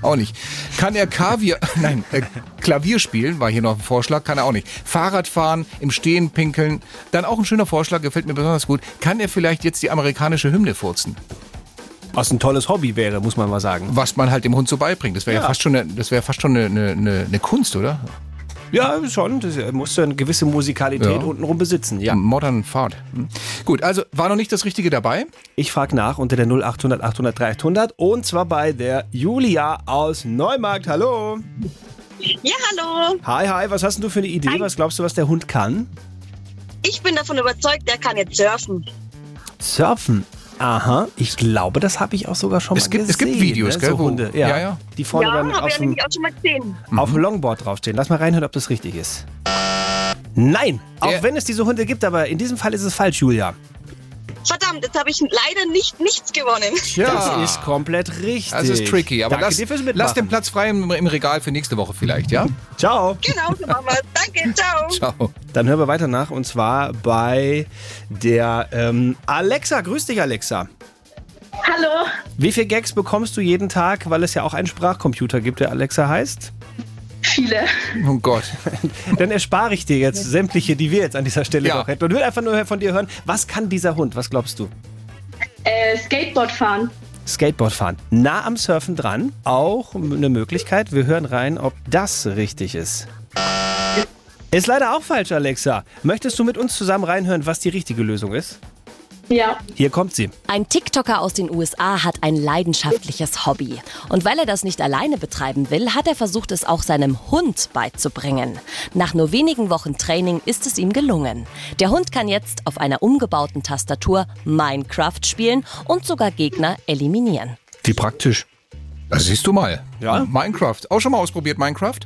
C: auch nicht. Kann er Kaviar, nein, äh, Klavier spielen, war hier noch ein Vorschlag, kann er auch nicht. Fahrrad fahren, im Stehen pinkeln, dann auch ein schöner Vorschlag, gefällt mir besonders gut. Kann er vielleicht jetzt die amerikanische Hymne furzen?
B: Was ein tolles Hobby wäre, muss man mal sagen.
C: Was man halt dem Hund so beibringt. Das wäre ja.
B: Ja.
C: fast schon, eine, das wäre fast schon eine, eine- eine, eine Kunst, oder?
B: Ja, schon. Das er muss ja eine gewisse Musikalität
C: Ja.
B: untenrum besitzen. Ja.
C: Modern Fahrt. Hm. Gut, also war noch nicht das Richtige dabei?
B: Ich frage nach unter der 0800 800 300 und zwar bei der Julia aus Neumarkt. Hallo.
Q: Ja, hallo.
B: Hi, hi. Was hast denn du für eine Idee? Was glaubst du, was der Hund kann?
Q: Ich bin davon überzeugt, der kann jetzt surfen.
B: Surfen. Aha, ich glaube, das habe ich auch sogar schon mal
C: gibt-
B: gesehen.
C: es gibt Videos,
B: ne?
C: gell,
B: so
C: wo-
B: Hunde, ja.
C: Ja, ja.
B: Die vorne
Q: ja,
B: dann
Q: habe
B: auf
Q: ich ja
B: dem,
Q: nämlich auch schon mal gesehen.
B: auf dem Longboard draufstehen. Lass mal reinhören, ob das richtig ist. Nein, auch wenn es diese Hunde gibt, aber in diesem Fall ist es falsch, Julia.
Q: Verdammt, jetzt habe ich leider nicht nichts gewonnen.
B: Das ist komplett richtig.
C: Das Also ist tricky, aber
B: Danke
C: lass,
B: dir fürs
C: lass den
B: Mitmachen.
C: Platz frei im, im Regal für nächste Woche vielleicht, ja?
B: Ciao.
Q: Genau, so machen wir Danke, ciao.
C: Ciao.
B: Dann hören wir weiter nach und zwar bei der ähm, Alexa. Grüß dich, Alexa.
R: Hallo,
B: Wie viel Gags bekommst du jeden Tag, weil es ja auch einen Sprachcomputer gibt, der Alexa heißt?
R: viele.
C: Oh Gott.
B: Dann erspare ich dir jetzt sämtliche, die wir jetzt an dieser Stelle noch hätten. Und will einfach nur von dir hören, was kann dieser Hund? Was glaubst du?
R: Äh, Skateboard fahren.
B: Skateboard fahren. Nah am Surfen dran. Auch eine Möglichkeit. Wir hören rein, ob das richtig ist. Ist leider auch falsch, Alexa. Möchtest du mit uns zusammen reinhören, was die richtige Lösung ist?
I: Ja.
B: Hier kommt sie.
I: Ein TikToker aus den USA hat ein leidenschaftliches Hobby. Und weil er das nicht alleine betreiben will, hat er versucht, es auch seinem Hund beizubringen. Nach nur wenigen Wochen Training ist es ihm gelungen. Der Hund kann jetzt auf einer umgebauten Tastatur Minecraft spielen und sogar Gegner eliminieren.
C: Wie praktisch. Das siehst du mal.
B: Ja.
C: Minecraft. Auch schon mal ausprobiert, Minecraft?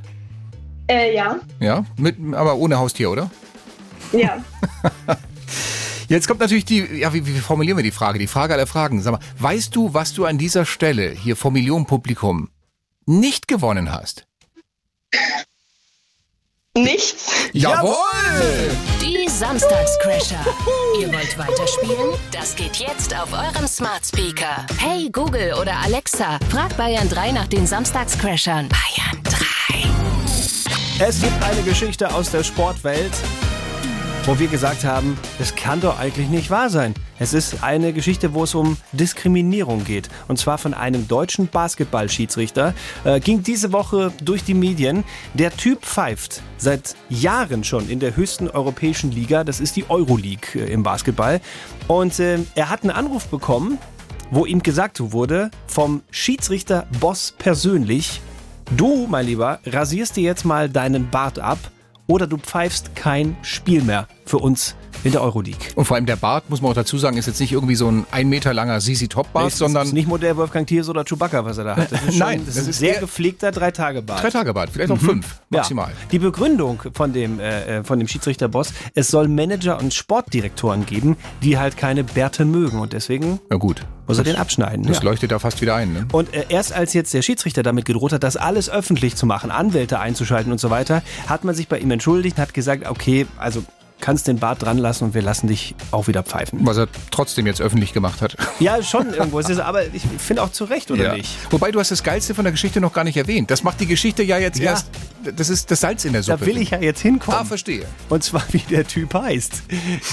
R: Äh, ja.
C: Ja, mit, aber ohne Haustier, oder?
R: Ja.
C: Jetzt kommt natürlich die, ja, wie, wie formulieren wir die Frage? Die Frage aller Fragen. Sag mal, weißt du, was du an dieser Stelle hier vor Millionen Publikum nicht gewonnen hast?
R: Nichts.
C: Jawohl!
E: Die Samstagscrasher. Ihr wollt weiterspielen? Das geht jetzt auf eurem Smart Speaker. Hey Google oder Alexa, frag Bayern 3 nach den Samstagscrashern. Bayern 3.
B: Es gibt eine Geschichte aus der Sportwelt, wo wir gesagt haben, das kann doch eigentlich nicht wahr sein. Es ist eine Geschichte, wo es um Diskriminierung geht. Und zwar von einem deutschen Basketballschiedsrichter. Äh, ging diese Woche durch die Medien. Der Typ pfeift seit Jahren schon in der höchsten europäischen Liga. Das ist die Euroleague äh, im Basketball. Und äh, er hat einen Anruf bekommen, wo ihm gesagt wurde, vom Schiedsrichter Boss persönlich, Du, mein Lieber, rasierst dir jetzt mal deinen Bart ab oder du pfeifst kein Spiel mehr für uns in der Euroleague.
C: Und vor allem der Bart, muss man auch dazu sagen, ist jetzt nicht irgendwie so ein ein Meter langer Sisi Top Bart,
B: Das
C: sondern
B: ist nicht Modell Wolfgang Thiers oder Chewbacca, was er da hat. Das ist
C: Nein,
B: schon, das
C: das
B: ist ein
C: ist
B: sehr
C: eher-
B: gepflegter Drei-Tage-Bart.
C: drei Tage Bart, vielleicht auch fünf maximal.
B: Mhm. Ja. Die Begründung von dem, äh, äh, von dem Schiedsrichterboss, es soll Manager und Sportdirektoren geben, die halt keine Bärte mögen und deswegen
C: Na gut.
B: muss er den abschneiden.
C: Das
B: ja.
C: leuchtet da fast wieder ein. Ne?
B: Und äh, erst als jetzt der Schiedsrichter damit gedroht hat, das alles öffentlich zu machen, Anwälte einzuschalten und so weiter, hat man sich bei ihm entschuldigt und hat gesagt, okay, also kannst den Bart dran lassen und wir lassen dich auch wieder pfeifen.
C: Was er trotzdem jetzt öffentlich gemacht hat.
B: Ja, schon irgendwo. Es ist, aber ich finde auch zu Recht, oder
C: Ja.
B: nicht?
C: Wobei du hast das Geilste von der Geschichte noch gar nicht erwähnt. Das macht die Geschichte ja jetzt
B: Ja.
C: erst. Das ist das Salz in der Suppe.
B: Da will ich ja jetzt hinkommen.
C: Ah, verstehe.
B: Und zwar, wie der Typ heißt.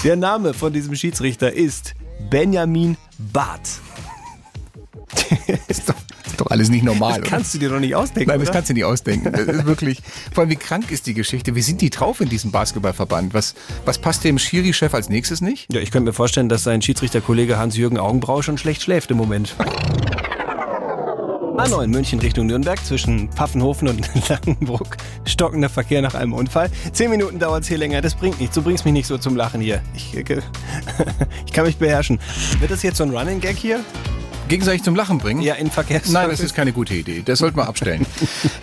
B: Der Name von diesem Schiedsrichter ist Benjamin Barth.
C: Ist doch, ist doch alles nicht normal.
B: Das kannst du dir doch nicht ausdenken.
C: Nein, das
B: oder?
C: kannst du nicht ausdenken. Das ist wirklich. Vor allem, wie krank ist die Geschichte? Wie sind die drauf in diesem Basketballverband? Was, was passt dem Schiri-Chef als nächstes nicht?
B: ja, ich könnte mir vorstellen, dass sein Schiedsrichterkollege Hans-Jürgen Augenbrau schon schlecht schläft im Moment. A9 München Richtung Nürnberg zwischen Pfaffenhofen und Langenbruck. Stockender Verkehr nach einem Unfall. Zehn Minuten dauert es hier länger, das bringt nichts. Du bringst mich nicht so zum Lachen hier. Ich, äh, ich kann mich beherrschen. Wird das jetzt so ein Running Gag hier?
C: Gegenseitig zum Lachen bringen?
B: Ja, in Verkehr.
C: Nein, das ist keine gute Idee. Das sollten wir abstellen.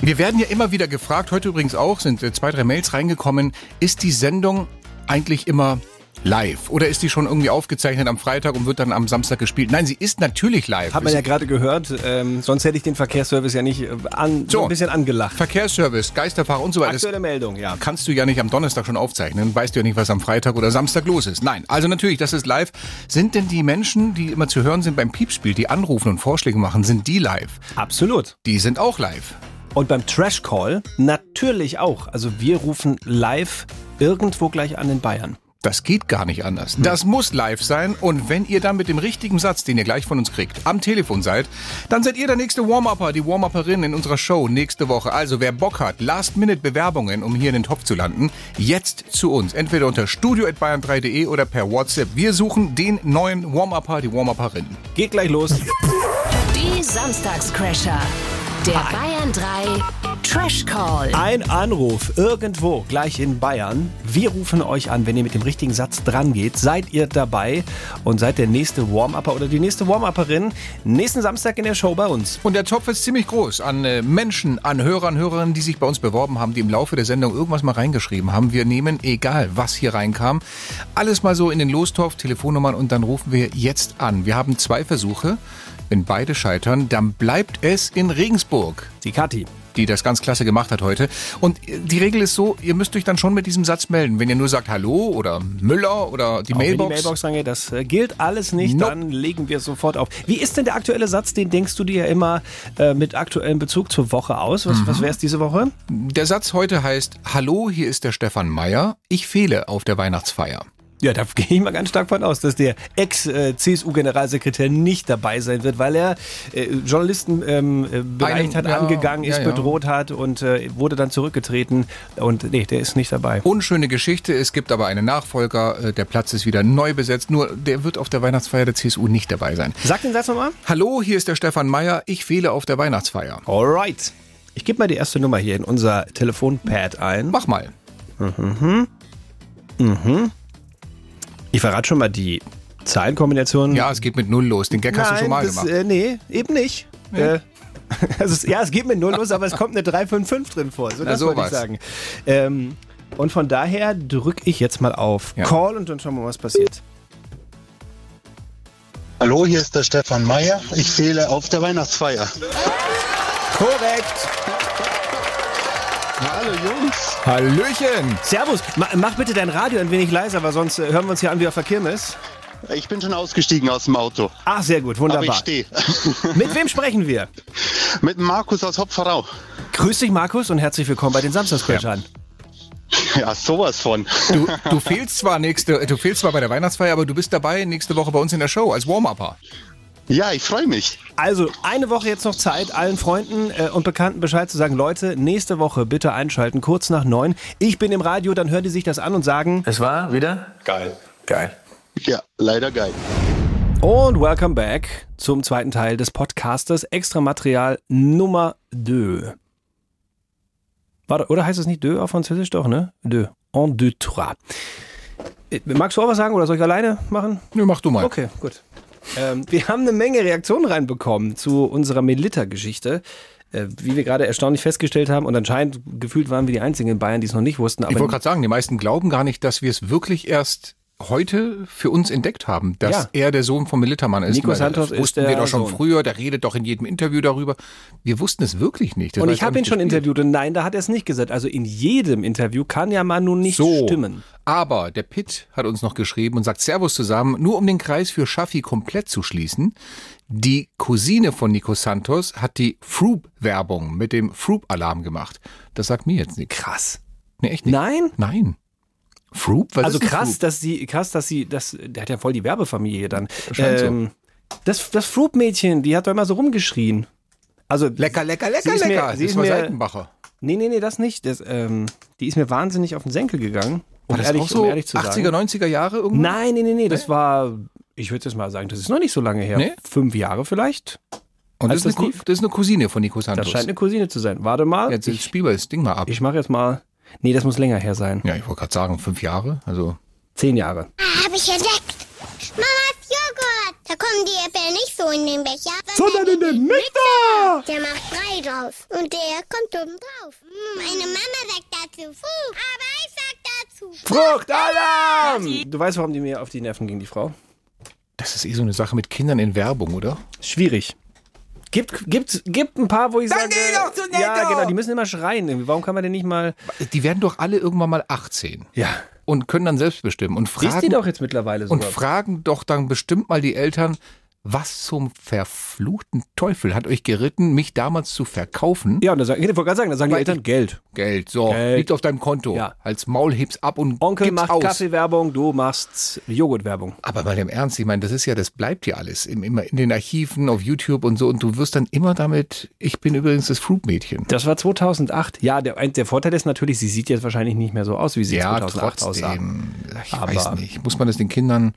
C: wir werden ja immer wieder gefragt, heute übrigens auch, sind äh, zwei, drei Mails reingekommen, ist die Sendung eigentlich immer live oder ist die schon irgendwie aufgezeichnet am Freitag und wird dann am Samstag gespielt? Nein, sie ist natürlich live.
B: Hat man ja gerade gehört, ähm, sonst hätte ich den Verkehrsservice ja nicht äh, an, so. ein bisschen angelacht.
C: Verkehrsservice, Geisterfahrer und so weiter.
B: Aktuelle Meldung, ja.
C: kannst du ja nicht am Donnerstag schon aufzeichnen, weißt du ja nicht, was am Freitag oder Samstag los ist. Nein, also natürlich, das ist live. Sind denn die Menschen, die immer zu hören sind beim Piepspiel, die anrufen und Vorschläge machen, sind die live?
B: Absolut.
C: Die sind auch live.
B: Und beim Trash Call natürlich auch. Also wir rufen live irgendwo gleich an in Bayern.
C: Das geht gar nicht anders. Das muss live sein und wenn ihr dann mit dem richtigen Satz, den ihr gleich von uns kriegt, am Telefon seid, dann seid ihr der nächste Warm-Upper, die Warm-Upperin in unserer Show nächste Woche. Also wer Bock hat, Last-Minute-Bewerbungen, um hier in den Topf zu landen, jetzt zu uns. Entweder unter studio.bayern3.de oder per WhatsApp. Wir suchen den neuen Warm-Upper, die Warm-Upperin.
B: Geht gleich los.
E: Die Samstagscrasher. Der Bayern 3 Trash Call.
B: Ein Anruf irgendwo gleich in Bayern. Wir rufen euch an, wenn ihr mit dem richtigen Satz dran geht. Seid ihr dabei und seid der nächste Warm-Upper oder die nächste Warm-Upperin nächsten Samstag in der Show bei uns.
C: Und der Topf ist ziemlich groß an äh, Menschen, an Hörern, Hörerinnen, die sich bei uns beworben haben, die im Laufe der Sendung irgendwas mal reingeschrieben haben. Wir nehmen, egal was hier reinkam, alles mal so in den Lostopf, Telefonnummern und dann rufen wir jetzt an. Wir haben zwei Versuche. Wenn beide scheitern, dann bleibt es in Regensburg.
B: Die Kathi.
C: Die das ganz klasse gemacht hat heute. Und äh, die Regel ist so, ihr müsst euch dann schon mit diesem Satz melden. Wenn ihr nur sagt Hallo oder Müller oder die
B: Auch Wenn die
C: Mailbox.
B: Mailbox rangeht, das äh, gilt alles nicht,
C: Nope.
B: dann legen wir es sofort auf. Wie ist denn der aktuelle Satz, den denkst du dir ja immer äh, mit aktuellem Bezug zur Woche aus? Was,
C: Mhm.
B: was wäre es diese Woche?
C: Der Satz heute heißt, Hallo, hier ist der Stefan Meyer. Ich fehle auf der Weihnachtsfeier.
B: Ja, da gehe ich mal ganz stark von aus, dass der Ex-CSU-Generalsekretär nicht dabei sein wird, weil er äh, Journalisten ähm, äh, beleidigt hat,
C: Einen- ja,
B: angegangen ist,
C: ja, ja.
B: bedroht hat und äh, wurde dann zurückgetreten. Und nee, der ist nicht dabei.
C: Unschöne Geschichte, es gibt aber einen Nachfolger, äh, der Platz ist wieder neu besetzt, nur der wird auf der Weihnachtsfeier der CSU nicht dabei sein.
B: Sag den Satz nochmal.
C: Hallo, hier ist der Stefan Meyer, ich fehle auf der Weihnachtsfeier.
B: Alright. Ich gebe mal die erste Nummer hier in unser Telefonpad ein.
C: Mach mal.
B: Mhm. Mhm. Ich verrate schon mal die Zahlenkombination.
C: Ja, es geht mit Null los, den Gag hast du
B: Nein,
C: schon mal
B: das,
C: gemacht.
B: Äh, nee, eben nicht.
C: Nee?
B: Äh, also es, ja, es geht mit null los, aber es kommt eine 355 drin vor. So,
C: Na,
B: das wollte ich
C: sowas.
B: sagen. Ähm, und von daher drücke ich jetzt mal auf Call und dann schauen wir mal, was passiert.
S: Hallo, hier ist der Stefan Meyer. Ich fehle auf der Weihnachtsfeier.
B: Korrekt.
S: Hallo Jungs.
C: Hallöchen.
B: Servus. Ma mach bitte dein Radio ein wenig leiser, weil sonst äh, hören wir uns hier an wie auf der Kirmes.
S: Ich bin schon ausgestiegen aus dem Auto.
B: Ach, sehr gut, wunderbar.
S: Aber ich stehe.
B: Mit wem sprechen wir?
S: Mit Markus aus Hopferau.
B: Grüß dich, Markus, und herzlich willkommen bei den Samstagscrashern.
S: Ja, sowas von.
C: Du, du fehlst zwar nächste, du fehlst zwar bei der Weihnachtsfeier, aber du bist dabei nächste Woche bei uns in der Show als Warm-Upper.
S: Ja, ich freue mich.
B: Also eine Woche jetzt noch Zeit, allen Freunden äh, und Bekannten Bescheid zu sagen, Leute, nächste Woche bitte einschalten, kurz nach neun. Ich bin im Radio, dann hören die sich das an und sagen.
T: Es war wieder geil. Geil.
S: Ja, leider geil.
B: Und welcome back zum zweiten Teil des Podcastes Extra Material Nummer 2. Warte, oder heißt es nicht deux auf Französisch doch, ne? Deux. En deux trois. Magst du auch was sagen oder soll ich alleine machen?
C: Nö, mach du mal.
B: Okay, gut. Ähm, wir haben eine Menge Reaktionen reinbekommen zu unserer Melitta-Geschichte. Äh, wie wir gerade erstaunlich festgestellt haben, und anscheinend gefühlt waren wir die Einzigen in Bayern, die es noch nicht wussten. Aber
C: ich wollte gerade sagen, die meisten glauben gar nicht, dass wir es wirklich erst heute für uns entdeckt haben, dass
B: Ja.
C: er der Sohn von Militermann ist.
B: Nico
C: Weil
B: Santos
C: das
B: ist
C: wussten
B: der
C: wir doch schon
B: Sohn.
C: früher, der redet doch in jedem Interview darüber. Wir wussten es wirklich nicht. Das
B: und
C: war
B: ich
C: jetzt auch
B: habe ihn
C: nicht
B: schon
C: gespielt.
B: interviewt und nein, da hat er es nicht gesagt. Also in jedem Interview kann ja mal nun nicht
C: so.
B: stimmen.
C: Aber der Pitt hat uns noch geschrieben und sagt Servus zusammen, nur um den Kreis für Schaffi komplett zu schließen. Die Cousine von Nico Santos hat die Froop-Werbung mit dem Froop-Alarm gemacht. Das sagt mir jetzt nichts. Krass. Nee, echt nicht.
B: Nein?
C: Nein. Froop? Was
B: also
C: ist ein
B: krass,
C: Froop?
B: dass sie, krass, dass sie, das, der hat ja voll die Werbefamilie dann. Ähm,
C: Scheint so.
B: Das, das Froop-Mädchen, die hat doch immer so rumgeschrien. Also lecker,
C: lecker, lecker, lecker.
B: sie
C: Das
B: ist
C: war
B: mir,
C: Seitenbacher.
B: Nee, nee, nee, das nicht. Das, ähm, die ist mir wahnsinnig auf den Senkel gegangen. Um
C: War das
B: ehrlich,
C: auch so
B: um ehrlich zu
C: 80er,
B: sagen.
C: 90er Jahre irgendwann?
B: Nein, nee, nee, nee, das war, ich würde jetzt mal sagen, das ist noch nicht so lange her.
C: Nee?
B: Fünf Jahre vielleicht.
C: Und
B: als
C: das, ist
B: das
C: eine,
B: lief?
C: Cou- das ist eine Cousine von Nico Santos.
B: Das scheint eine Cousine zu sein. Warte mal.
C: Jetzt ich, spiel mal das Ding mal ab.
B: Ich mache jetzt mal. Nee, das muss länger her sein.
C: Ja, ich wollte gerade sagen, fünf Jahre, also.
B: Zehn Jahre.
U: Hab ich entdeckt. Mama hat Joghurt. Da kommen die Äpfel nicht so in den Becher,
B: Sondern in den Mixer.
U: Der macht drei drauf. Und der kommt oben drauf. Hm, Meine Mama sagt dazu Fuh. Aber ich sag dazu
B: Fruchtalarm! Du weißt, warum die mir auf die Nerven ging, die Frau?
C: Das ist eh so eine Sache mit Kindern in Werbung, oder?
B: Schwierig. Gibt, gibt, gibt ein paar, wo ich sage. Ja, genau, die müssen immer schreien. irgendwie. Warum kann man denn nicht mal.
C: Die werden doch alle irgendwann mal 18.
B: Ja.
C: Und können dann selbst bestimmen. Und fragen,
B: Siehst die doch jetzt mittlerweile
C: und
B: sogar.
C: fragen doch dann bestimmt mal die Eltern, was zum verfluchten Teufel hat euch geritten, mich damals zu verkaufen?
B: Ja, und da sagen, ich wollte gerade sagen, da sagen die Eltern Geld.
C: Geld, so, liegt auf deinem Konto.
B: Ja.
C: Als Maul heb's ab und
B: Onkel
C: gib's
B: macht
C: aus.
B: Kaffeewerbung, du machst Joghurtwerbung.
C: Aber mal im Ernst, ich meine, das ist ja, das bleibt ja alles im, immer in den Archiven, auf YouTube und so. Und du wirst dann immer damit, ich bin übrigens das Fruit-Mädchen.
B: Das war 2008. Ja, der, ein- der Vorteil ist natürlich, sie sieht jetzt wahrscheinlich nicht mehr so aus, wie sie 2008 aussah.
C: Ich weiß nicht. Muss man das den Kindern,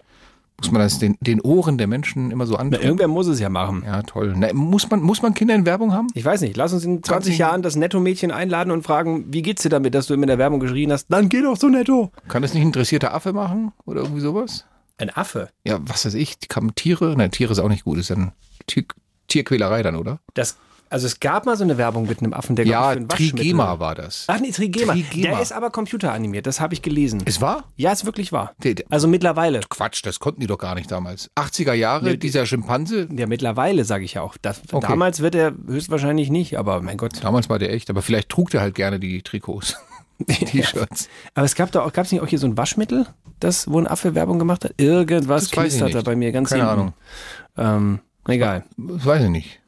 C: muss man das den, den Ohren der Menschen immer so
B: Na,
C: antun?
B: irgendwer muss es ja machen.
C: Ja, toll. Na, muss, man, muss man Kinder in Werbung haben?
B: Ich weiß nicht, lass uns in 20
C: 20
B: Jahren das Netto-Mädchen einladen und fragen, wie geht's dir damit, dass du immer in der Werbung geschrien hast, dann geh doch so netto.
C: Kann das nicht ein interessierter Affe machen oder irgendwie sowas?
B: Ein Affe?
C: Ja, was weiß ich, die kamen Tiere. Nein, Tiere ist auch nicht gut. Ist dann Tier, Tierquälerei dann, oder?
B: Das, also es gab mal so eine Werbung mit einem Affen, der glaub
C: ja,
B: ich, für ein Waschmittel-
C: Trigema war das.
B: Ach nee, Trigema.
C: Trigema.
B: Der ist aber computeranimiert, das habe ich gelesen.
C: Es war?
B: Ja, ist wirklich wahr.
C: Also
B: mittlerweile.
C: Quatsch, das konnten die doch gar nicht damals. 80er Jahre,
B: Nee, die-
C: dieser Schimpanse.
B: Ja, mittlerweile sage ich ja auch. Das,
C: Okay.
B: Damals wird er höchstwahrscheinlich nicht, aber mein Gott.
C: Damals war der echt, aber vielleicht trug der halt gerne die Trikots. Die T-Shirts.
B: Aber es gab da auch, gab es nicht auch hier so ein Waschmittel, das, wo ein Affe Werbung gemacht hat? Irgendwas
C: Das weiß ich
B: knistert da
C: nicht.
B: bei mir ganz
C: Keine
B: hinten. Ähm, egal.
C: Das weiß ich nicht.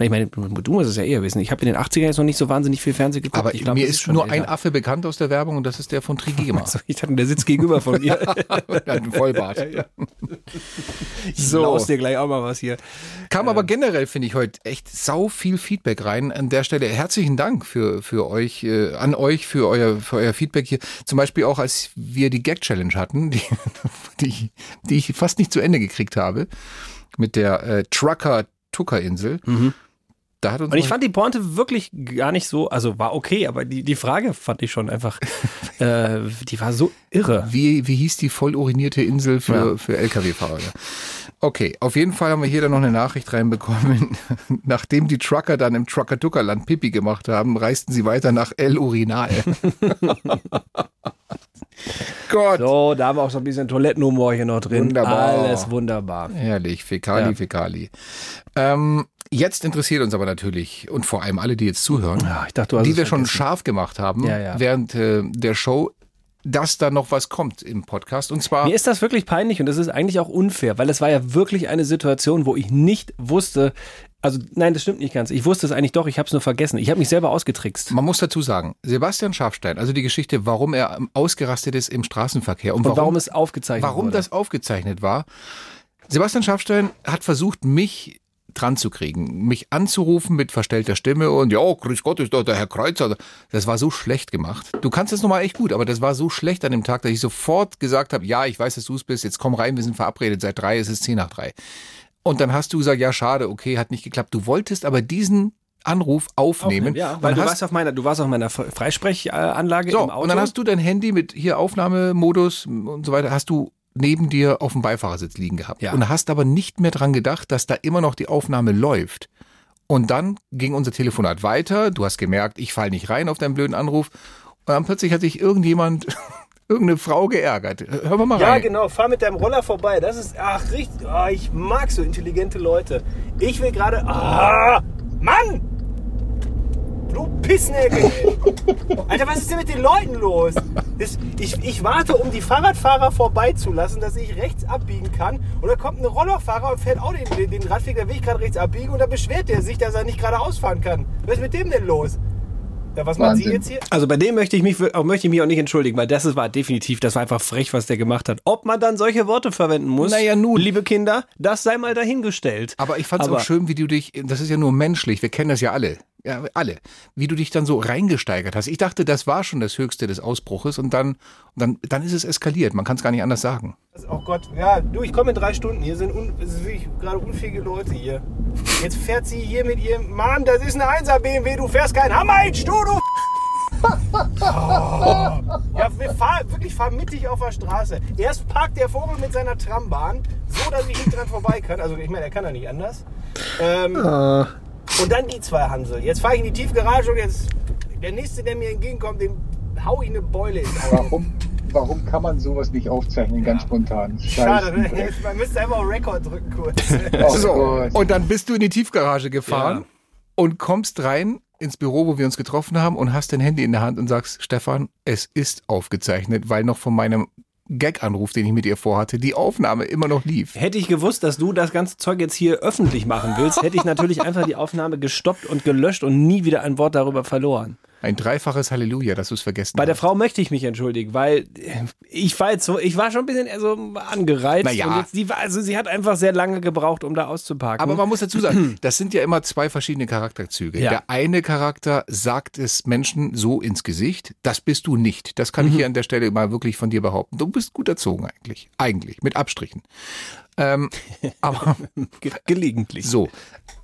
B: Ich meine, du musst es ja eher wissen. Ich habe in den 80ern jetzt noch nicht so wahnsinnig viel Fernsehen geguckt.
C: Aber
B: ich glaub,
C: mir
B: das
C: ist
B: schon
C: nur
B: älter. Also-
C: ein Affe bekannt aus der Werbung und das ist der von Trigema.
B: So, ich dachte, der sitzt gegenüber von mir.
C: Der hat einen Vollbart.
B: Ich laus dir gleich auch mal was hier.
C: Kam
B: Ähm.
C: aber generell, finde ich, heute echt sau viel Feedback rein. An der Stelle herzlichen Dank für, für euch, äh, an euch, für euer, für euer Feedback hier. Zum Beispiel auch, als wir die Gag-Challenge hatten, die, die, ich- die ich fast nicht zu Ende gekriegt habe, mit der äh, Trucker-Tucker-Insel. Da hat uns
B: Mhm. Und ich
C: noch-
B: fand die Pointe wirklich gar nicht so, also war okay, aber die, die Frage fand ich schon einfach, äh, die war so irre.
C: Wie, wie hieß die voll urinierte Insel für,
B: Ja.
C: für Lkw-Fahrer? Ja. Okay, auf jeden Fall haben wir hier dann noch eine Nachricht reinbekommen. Nachdem die Trucker dann im Trucker-Tucker-Land Pipi gemacht haben, reisten sie weiter nach El Urinal. Gott.
B: So, da haben wir auch so ein bisschen Toilettenhumor hier noch drin.
C: Wunderbar.
B: Alles wunderbar.
C: Herrlich, Fäkali,
B: Ja.
C: Fäkali. Ähm, jetzt interessiert uns aber natürlich und vor allem alle, die jetzt zuhören,
B: ich dachte, du hast
C: die
B: es
C: wir schon scharf gemacht haben
B: Ja, ja.
C: während äh, der Show, dass da noch was kommt im Podcast. Und zwar
B: Mir ist das wirklich peinlich und das ist eigentlich auch unfair, weil es war ja wirklich eine Situation, wo ich nicht wusste, also nein, das stimmt nicht ganz. Ich wusste es eigentlich doch, ich habe es nur vergessen. Ich habe mich selber ausgetrickst.
C: Man muss dazu sagen, Sebastian Schafstein, also die Geschichte, warum er ausgerastet ist im Straßenverkehr und,
B: Und warum, es aufgezeichnet
C: warum
B: wurde.
C: das aufgezeichnet war. Sebastian Schafstein hat versucht, mich dran zu kriegen, mich anzurufen mit verstellter Stimme und ja, grüß Gott, ist doch der Herr Kreuzer. Das war so schlecht gemacht. Du kannst es nochmal echt gut, aber das war so schlecht an dem Tag, dass ich sofort gesagt habe, ja, ich weiß, dass du es bist, jetzt komm rein, wir sind verabredet, seit drei, es ist zehn nach drei. Und dann hast du gesagt, ja, schade, okay, hat nicht geklappt. Du wolltest aber diesen Anruf aufnehmen.
B: Ja, weil
C: und
B: du
C: hast-
B: warst, auf meiner, du warst auf meiner Fre- Freisprechanlage
C: so,
B: im Auto.
C: und dann hast du dein Handy mit hier Aufnahmemodus und so weiter, hast du neben dir auf dem Beifahrersitz liegen gehabt. Und hast aber nicht mehr dran gedacht, dass da immer noch die Aufnahme läuft. Und dann ging unser Telefonat weiter. Du hast gemerkt, ich fall nicht rein auf deinen blöden Anruf. Und dann plötzlich hat sich irgendjemand, irgendeine Frau geärgert. Hör mal
D: ja,
C: rein.
D: genau. Fahr mit deinem Roller vorbei. Das ist, ach, richtig. Ah, ich mag so intelligente Leute. Ich will gerade. Ah, Mann! Du Pissnäcke! Alter, was ist denn mit den Leuten los? Das- Ich, ich warte, um die Fahrradfahrer vorbeizulassen, dass ich rechts abbiegen kann. Und dann kommt ein Rollerfahrer und fährt auch den, den, den Radweg, da will ich gerade rechts abbiegen. Und dann beschwert er sich, dass er nicht geradeaus fahren kann. Was ist mit dem denn los? Ja, was macht sie jetzt hier?
B: Also bei dem möchte ich mich wir- auch, möchte ich mich auch nicht entschuldigen, weil das ist- war definitiv, das war einfach frech, was der gemacht hat. Ob man dann solche Worte verwenden muss,
C: Naja, nun.
B: liebe Kinder, das sei mal dahingestellt.
C: Aber ich fand es auch
B: Aber-
C: schön, wie du dich, das ist ja nur menschlich, wir kennen das ja alle, ja, alle, wie du dich dann so reingesteigert hast. Ich dachte, das war schon das Höchste des Ausbruches und dann, und dann, dann ist es eskaliert, man kann es gar nicht anders sagen.
D: Oh Gott, ja, du, ich komme in drei Stunden. Hier sind, un, es sind wirklich gerade unfähige Leute hier. Jetzt fährt sie hier mit ihrem Mann, das ist ein 1er BMW, du fährst keinen Hammer in Stu, du. Oh. Ja, wir fahr, wirklich fahr mittig auf der Straße. Erst parkt der Vogel mit seiner Trambahn, so dass ich nicht dran vorbei kann. Also, ich meine, er kann ja nicht anders. Ähm, Und dann die zwei Hansel. Jetzt fahre ich in die Tiefgarage und jetzt der nächste, der mir entgegenkommt, dem hau ich eine Beule ins Auge.
V: Warum, warum kann man sowas nicht aufzeichnen, ganz spontan?
D: Schade,
V: Scheißen.
D: ne? man müsste einfach auf Record drücken kurz.
V: Oh
C: so, und dann bist du in die Tiefgarage gefahren und kommst rein ins Büro, wo wir uns getroffen haben und hast dein Handy in der Hand und sagst, Stefan, es ist aufgezeichnet, weil noch von meinem Gag-Anruf, den ich mit ihr vorhatte, die Aufnahme immer noch lief.
B: Hätte ich gewusst, dass du das ganze Zeug jetzt hier öffentlich machen willst, hätte ich natürlich einfach die Aufnahme gestoppt und gelöscht und nie wieder ein Wort darüber verloren.
C: Ein dreifaches Halleluja, dass du es vergessen
B: Bei der Frau möchte ich mich entschuldigen, weil äh, ich war jetzt so, ich war schon ein bisschen eher so angereizt.
C: Naja.
B: Und jetzt, die war, also sie hat einfach sehr lange gebraucht, um da auszuparken.
C: Aber man muss dazu sagen, das sind ja immer zwei verschiedene Charakterzüge.
B: Ja.
C: Der eine Charakter sagt es Menschen so ins Gesicht, das bist du nicht. Das kann ich
B: Mhm.
C: hier an der Stelle mal wirklich von dir behaupten. Du bist gut erzogen eigentlich. Eigentlich, mit Abstrichen. Ähm, aber
B: gelegentlich.
C: So.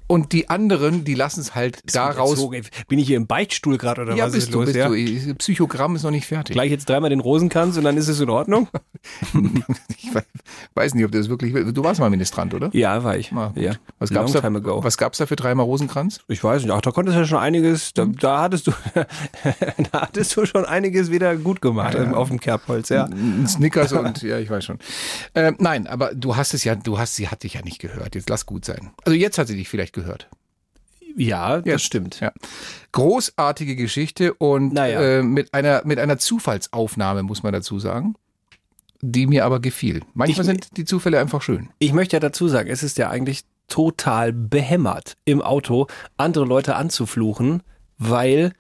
C: Und die anderen, die lassen es halt daraus.
B: erzogen. Bin ich hier im Beichtstuhl gerade oder
C: ja,
B: was
C: bist
B: ist
C: du,
B: los?
C: Bist
B: ja?
C: du. Psychogramm ist noch nicht fertig.
B: Gleich jetzt dreimal den Rosenkranz und dann ist es in Ordnung?
C: ich we- weiß nicht, ob das wirklich. Du warst mal Ministrant, oder?
B: Ja, war ich.
C: Ah, gut.
B: Ja.
C: Was
B: Long
C: gab's da-
B: time ago.
C: Was gab's da für dreimal Rosenkranz?
B: Ich weiß nicht. Ach, da konntest du ja schon einiges, da, da hattest du, da hattest du schon einiges wieder gut gemacht ähm, auf dem Kerbholz, ja.
C: Ein Snickers und ja, ich weiß schon. Ähm, nein, aber du hast es ja, du hast, sie hat dich ja nicht gehört. Jetzt lass gut sein. Also jetzt hat sie dich vielleicht gehört.
B: Ja, das stimmt.
C: Ja. Großartige Geschichte und
B: Naja.
C: äh, mit einer mit einer Zufallsaufnahme muss man dazu sagen, die mir aber gefiel. Manchmal sind die Zufälle einfach schön.
B: Ich möchte ja dazu sagen, es ist ja eigentlich total behämmert, im Auto andere Leute anzufluchen, weil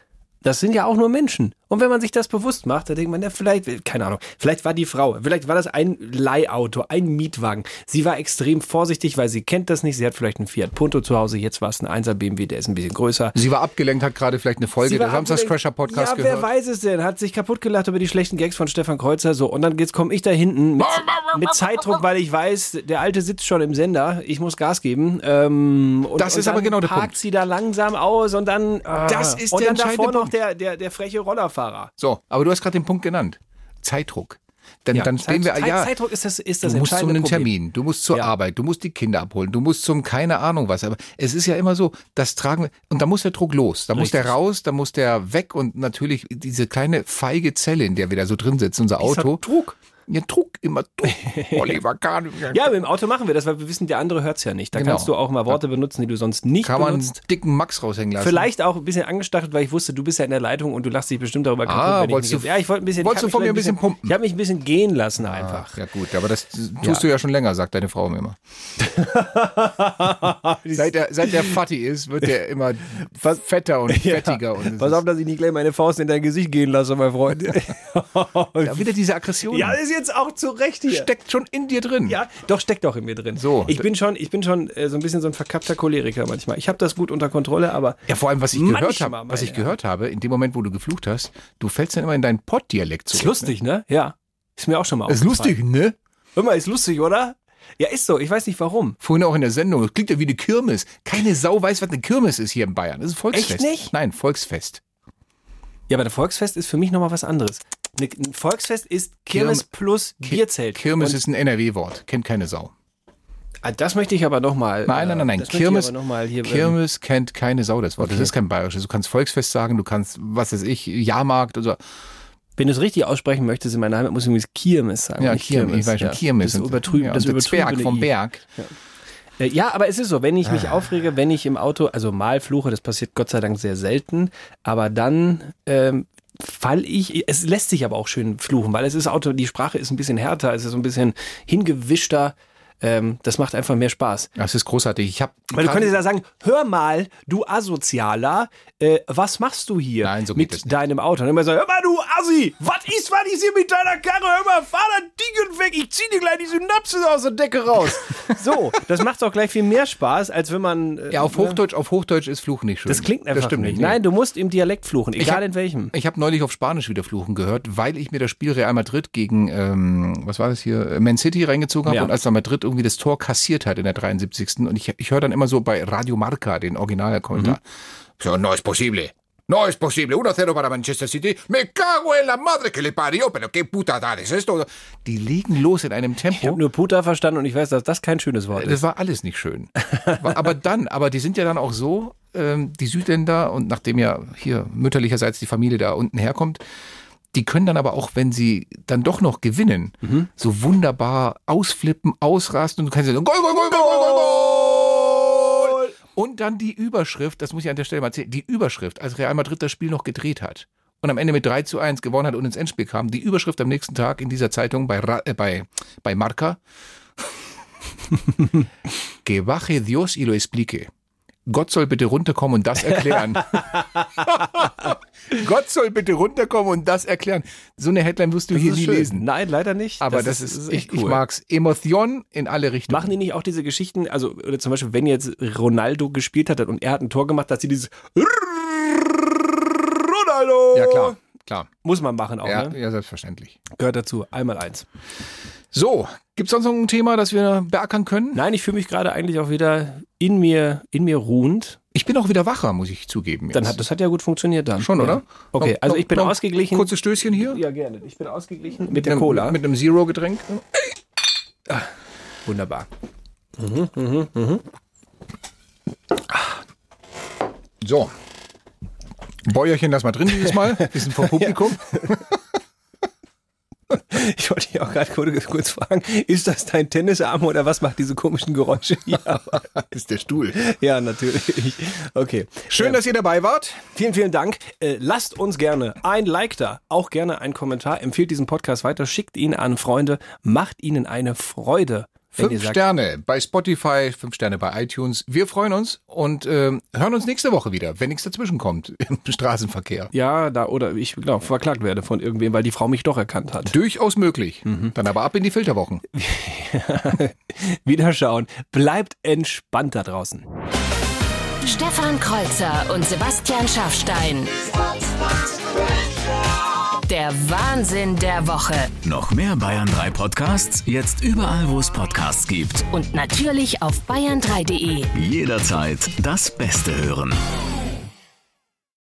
B: das sind ja auch nur Menschen. Und wenn man sich das bewusst macht, dann denkt man, ja, vielleicht, keine Ahnung, vielleicht war die Frau, vielleicht war das ein Leihauto, ein Mietwagen. Sie war extrem vorsichtig, weil sie kennt das nicht. Sie hat vielleicht einen Fiat Punto zu Hause, jetzt war es ein 1er BMW, der ist ein bisschen größer.
C: Sie war abgelenkt, hat gerade vielleicht eine Folge
B: Sie war
C: des Samstags Crasher Podcast
B: ja,
C: gehört.
B: wer weiß es denn? Hat sich kaputt gelacht über die schlechten Gags von Stefan Kreuzer. So, und dann jetzt komme ich da hinten mit, mit Zeitdruck, weil ich weiß, der Alte sitzt schon im Sender. Ich muss Gas geben. Ähm, und,
C: Das
B: und
C: ist aber
B: dann
C: genau der
B: parkt
C: Punkt.
B: sie da langsam aus und dann. ah,
C: Das ist
B: und
C: der
B: dann davor
C: entscheidende
B: noch der, der, der freche Rollerfahrer.
C: So, aber du hast gerade den Punkt genannt. Zeitdruck. Dann,
B: Ja,
C: dann stehen
B: Zeit-
C: wir ah
B: Zeit-
C: ja.
B: Zeitdruck ist das- ist das
C: du musst zu
B: entscheidende
C: einem
B: Problem.
C: Termin, du musst zur Arbeit, du musst die Kinder abholen, du musst zum keine Ahnung was. Aber es ist ja immer so, das tragen wir und da muss der Druck los, da muss der
B: Richtig.
C: raus, da muss der weg und natürlich diese kleine feige Zelle, in der wir da so drin sitzen, unser Auto.
B: Druck.
C: Ja, Druck, immer Druck. Oliver Kahn.
B: Ja, mit dem Auto machen wir das, weil wir wissen, der andere hört es ja nicht. Da
C: Genau.
B: kannst du auch mal Worte benutzen, die du sonst nicht
C: Kann man einen
B: benutzt.
C: dicken Max raushängen lassen.
B: Vielleicht auch ein bisschen angestachelt, weil ich wusste, du bist ja in der Leitung und du lachst dich bestimmt darüber kaputt.
C: Ah,
B: wenn ich
C: wolltest
B: mich
C: du-
B: jetzt- ja, ich wollte ein bisschen, ich
C: wolltest du
B: hab
C: von mir ein
B: mich
C: bisschen pumpen?
B: Ich habe mich ein bisschen gehen lassen einfach.
C: Ja gut, aber das tust
B: Ja.
C: du ja schon länger, sagt deine Frau mir immer. seit, der, seit der Fatty ist, wird der immer fetter und fettiger. Und es
B: Pass auf, dass ich nicht gleich meine Faust in dein Gesicht gehen lasse, mein Freund.
C: Ja, wieder diese Aggression.
B: Ja, ist jetzt auch zu Recht hier.
C: Steckt schon in dir drin.
B: Ja, doch, steckt auch in mir drin. So. Ich bin schon, ich bin schon äh, so ein bisschen so ein verkappter Choleriker manchmal. Ich habe das gut unter Kontrolle, aber.
C: Ja, vor allem, was ich
B: Manchmal,
C: gehört habe, was
B: meine
C: ich gehört habe, in dem Moment, wo du geflucht hast, du fällst dann immer in deinen Pottdialekt zurück.
B: Ist lustig, ne? Ja. Ist mir auch schon mal
C: Ist lustig, ne?
B: Hör mal, ist lustig, oder? Ja, ist so. Ich weiß nicht warum.
C: Vorhin auch in der Sendung. Das klingt ja wie eine Kirmes. Keine Sau weiß, was eine Kirmes ist hier in Bayern. Das ist ein Volksfest.
B: Echt nicht?
C: Nein, Volksfest.
B: Ja, aber der Volksfest ist für mich nochmal was anderes. Ne- Ein Volksfest ist Kirmes
C: Kirm-
B: plus Bierzelt.
C: Kirmes
B: Und-
C: ist ein NRW-Wort. Kennt keine Sau.
B: Ah, Das möchte ich aber nochmal.
C: Nein, nein, nein, nein.
B: Äh, Das
C: Kirmes,
B: möchte ich aber noch mal hier, ähm,
C: Kirmes kennt keine Sau das Wort. Das ist kein bayerisches. Du kannst Volksfest sagen, du kannst, was weiß ich, Jahrmarkt oder
B: Wenn du es richtig aussprechen möchtest in meiner Heimat, muss ich übrigens Kirmes sagen.
C: ja,
B: nicht
C: Kirmes. Ich weiß schon,
B: ja.
C: Kirmes.
B: Das
C: Und-
B: übertrübt,
C: ja,
B: das
C: und der Zwerg
B: übertrübene
C: vom
B: I.
C: Berg.
B: Äh, Ja, aber es ist so, wenn ich mich aufrege, wenn ich im Auto, also mal fluche, das passiert Gott sei Dank sehr selten, aber dann ähm, fall ich, es lässt sich aber auch schön fluchen, weil es ist Auto, die Sprache ist ein bisschen härter, es ist so ein bisschen hingewischter, ähm, das macht einfach mehr Spaß.
C: Das ist großartig. Ich habe
B: Weil du könntest ja sagen, hör mal, du Asozialer, äh, was machst du hier mit deinem Auto? Und immer so, hör mal, du Assi, was ist, was ist hier mit deiner Karre? Hör mal, fahr das Ding weg, ich zieh dir gleich die Synapsen aus der Decke raus. so, das macht auch gleich viel mehr Spaß, als wenn man... äh,
C: Ja, auf
B: ne?
C: Hochdeutsch, auf Hochdeutsch ist Fluchen nicht schön.
B: Das klingt einfach
C: das stimmt
B: nicht.
C: nee.
B: Nein, du musst im Dialekt fluchen,
C: Ich
B: egal
C: hab-
B: in welchem.
C: Ich habe neulich auf Spanisch wieder Fluchen gehört, weil ich mir das Spiel Real Madrid gegen, ähm, was war das hier, Man City reingezogen habe
B: Ja.
C: und als dann Madrid irgendwie das Tor kassiert hat in der 73. Und ich, ich höre dann immer so bei Radio Marca den Originalkommentar. Mhm. So, no es posible. No es posible. 1-0 para Manchester City. Me cago en la madre que le parió, pero qué putada es esto. Die legen los in einem Tempo.
B: Ich habe nur Puta verstanden und ich weiß, dass das kein schönes Wort
C: Äh, Das
B: ist.
C: war alles nicht schön. War- aber dann, aber die sind ja dann auch so, ähm, die Südländer und nachdem ja hier mütterlicherseits die Familie da unten herkommt, die können dann aber auch, wenn sie dann doch noch gewinnen,
B: Mhm.
C: so wunderbar ausflippen, ausrasten und du kannst ja so Goal, Goal, Goal, Goal, Goal, Goal, Goal. Und dann die Überschrift, das muss ich an der Stelle mal erzählen, die Überschrift, als Real Madrid das Spiel noch gedreht hat und am Ende mit 3 zu 1 gewonnen hat und ins Endspiel kam, die Überschrift am nächsten Tag in dieser Zeitung bei, Ra- äh, bei, bei Marca, Que baje Dios y lo explique. Gott soll bitte runterkommen und das erklären. Gott soll bitte runterkommen und das erklären. So eine Headline wirst du
B: Das
C: hier
B: ist
C: nie
B: schön.
C: lesen.
B: Nein, leider nicht.
C: Aber
B: Das
C: das,
B: ist-
C: ist,
B: das ist echt
C: ich, ich
B: cool.
C: mag's. Emotion in alle Richtungen.
B: Machen die nicht auch diese Geschichten, also oder zum Beispiel, wenn jetzt Ronaldo gespielt hat und er hat ein Tor gemacht, dass sie dieses Ronaldo
C: Ja, klar, klar.
B: Muss man machen Oh. auch,
C: Ja,
B: ne?
C: ja, selbstverständlich.
B: Gehört dazu. Einmal eins.
C: So, gibt's sonst noch ein Thema, das wir beackern können?
B: Nein, ich fühle mich gerade eigentlich auch wieder in mir, in mir ruhend.
C: Ich bin auch wieder wacher, muss ich zugeben.
B: Dann hat, das hat ja gut funktioniert dann.
C: Schon,
B: ja.
C: oder?
B: Okay,
C: Noch-
B: also
C: noch-
B: ich bin
C: noch
B: ausgeglichen.
C: Kurzes Stößchen hier.
B: Ja, gerne. Ich bin ausgeglichen mit der
C: einem,
B: Cola. Ah,
C: Mit einem Zero-Getränk.
B: Wunderbar.
C: Mhm, So. Bäuerchen, lass mal drin dieses Mal. Wir sind vor Publikum.
B: Ich wollte dich auch gerade kurz, kurz fragen, ist das dein Tennisarm oder was macht diese komischen Geräusche hier?
C: ist der Stuhl.
B: Ja, natürlich. Okay.
C: Schön, dass ihr dabei wart.
B: Vielen, vielen Dank. Äh, lasst uns gerne ein Like da, auch gerne einen Kommentar. Empfehlt diesen Podcast weiter, schickt ihn an Freunde, macht ihnen eine Freude. wenn ihr
C: Fünf
B: sagt,
C: Sterne bei Spotify, fünf Sterne bei iTunes. Wir freuen uns und ähm, hören uns nächste Woche wieder, wenn nichts dazwischen kommt im Straßenverkehr.
B: Ja, da, oder ich glaube, verklagt werde von irgendwem, weil die Frau mich doch erkannt hat.
C: Durchaus möglich.
B: Mhm.
C: Dann aber ab in die Filterwochen.
B: Wiederschauen. Bleibt entspannt da draußen.
E: Stefan Kreuzer und Sebastian Schaffstein. Der Wahnsinn der Woche.
A: Noch mehr Bayern 3 Podcasts jetzt überall, wo es Podcasts gibt.
E: Und natürlich auf bayern3.de.
A: Jederzeit das Beste hören.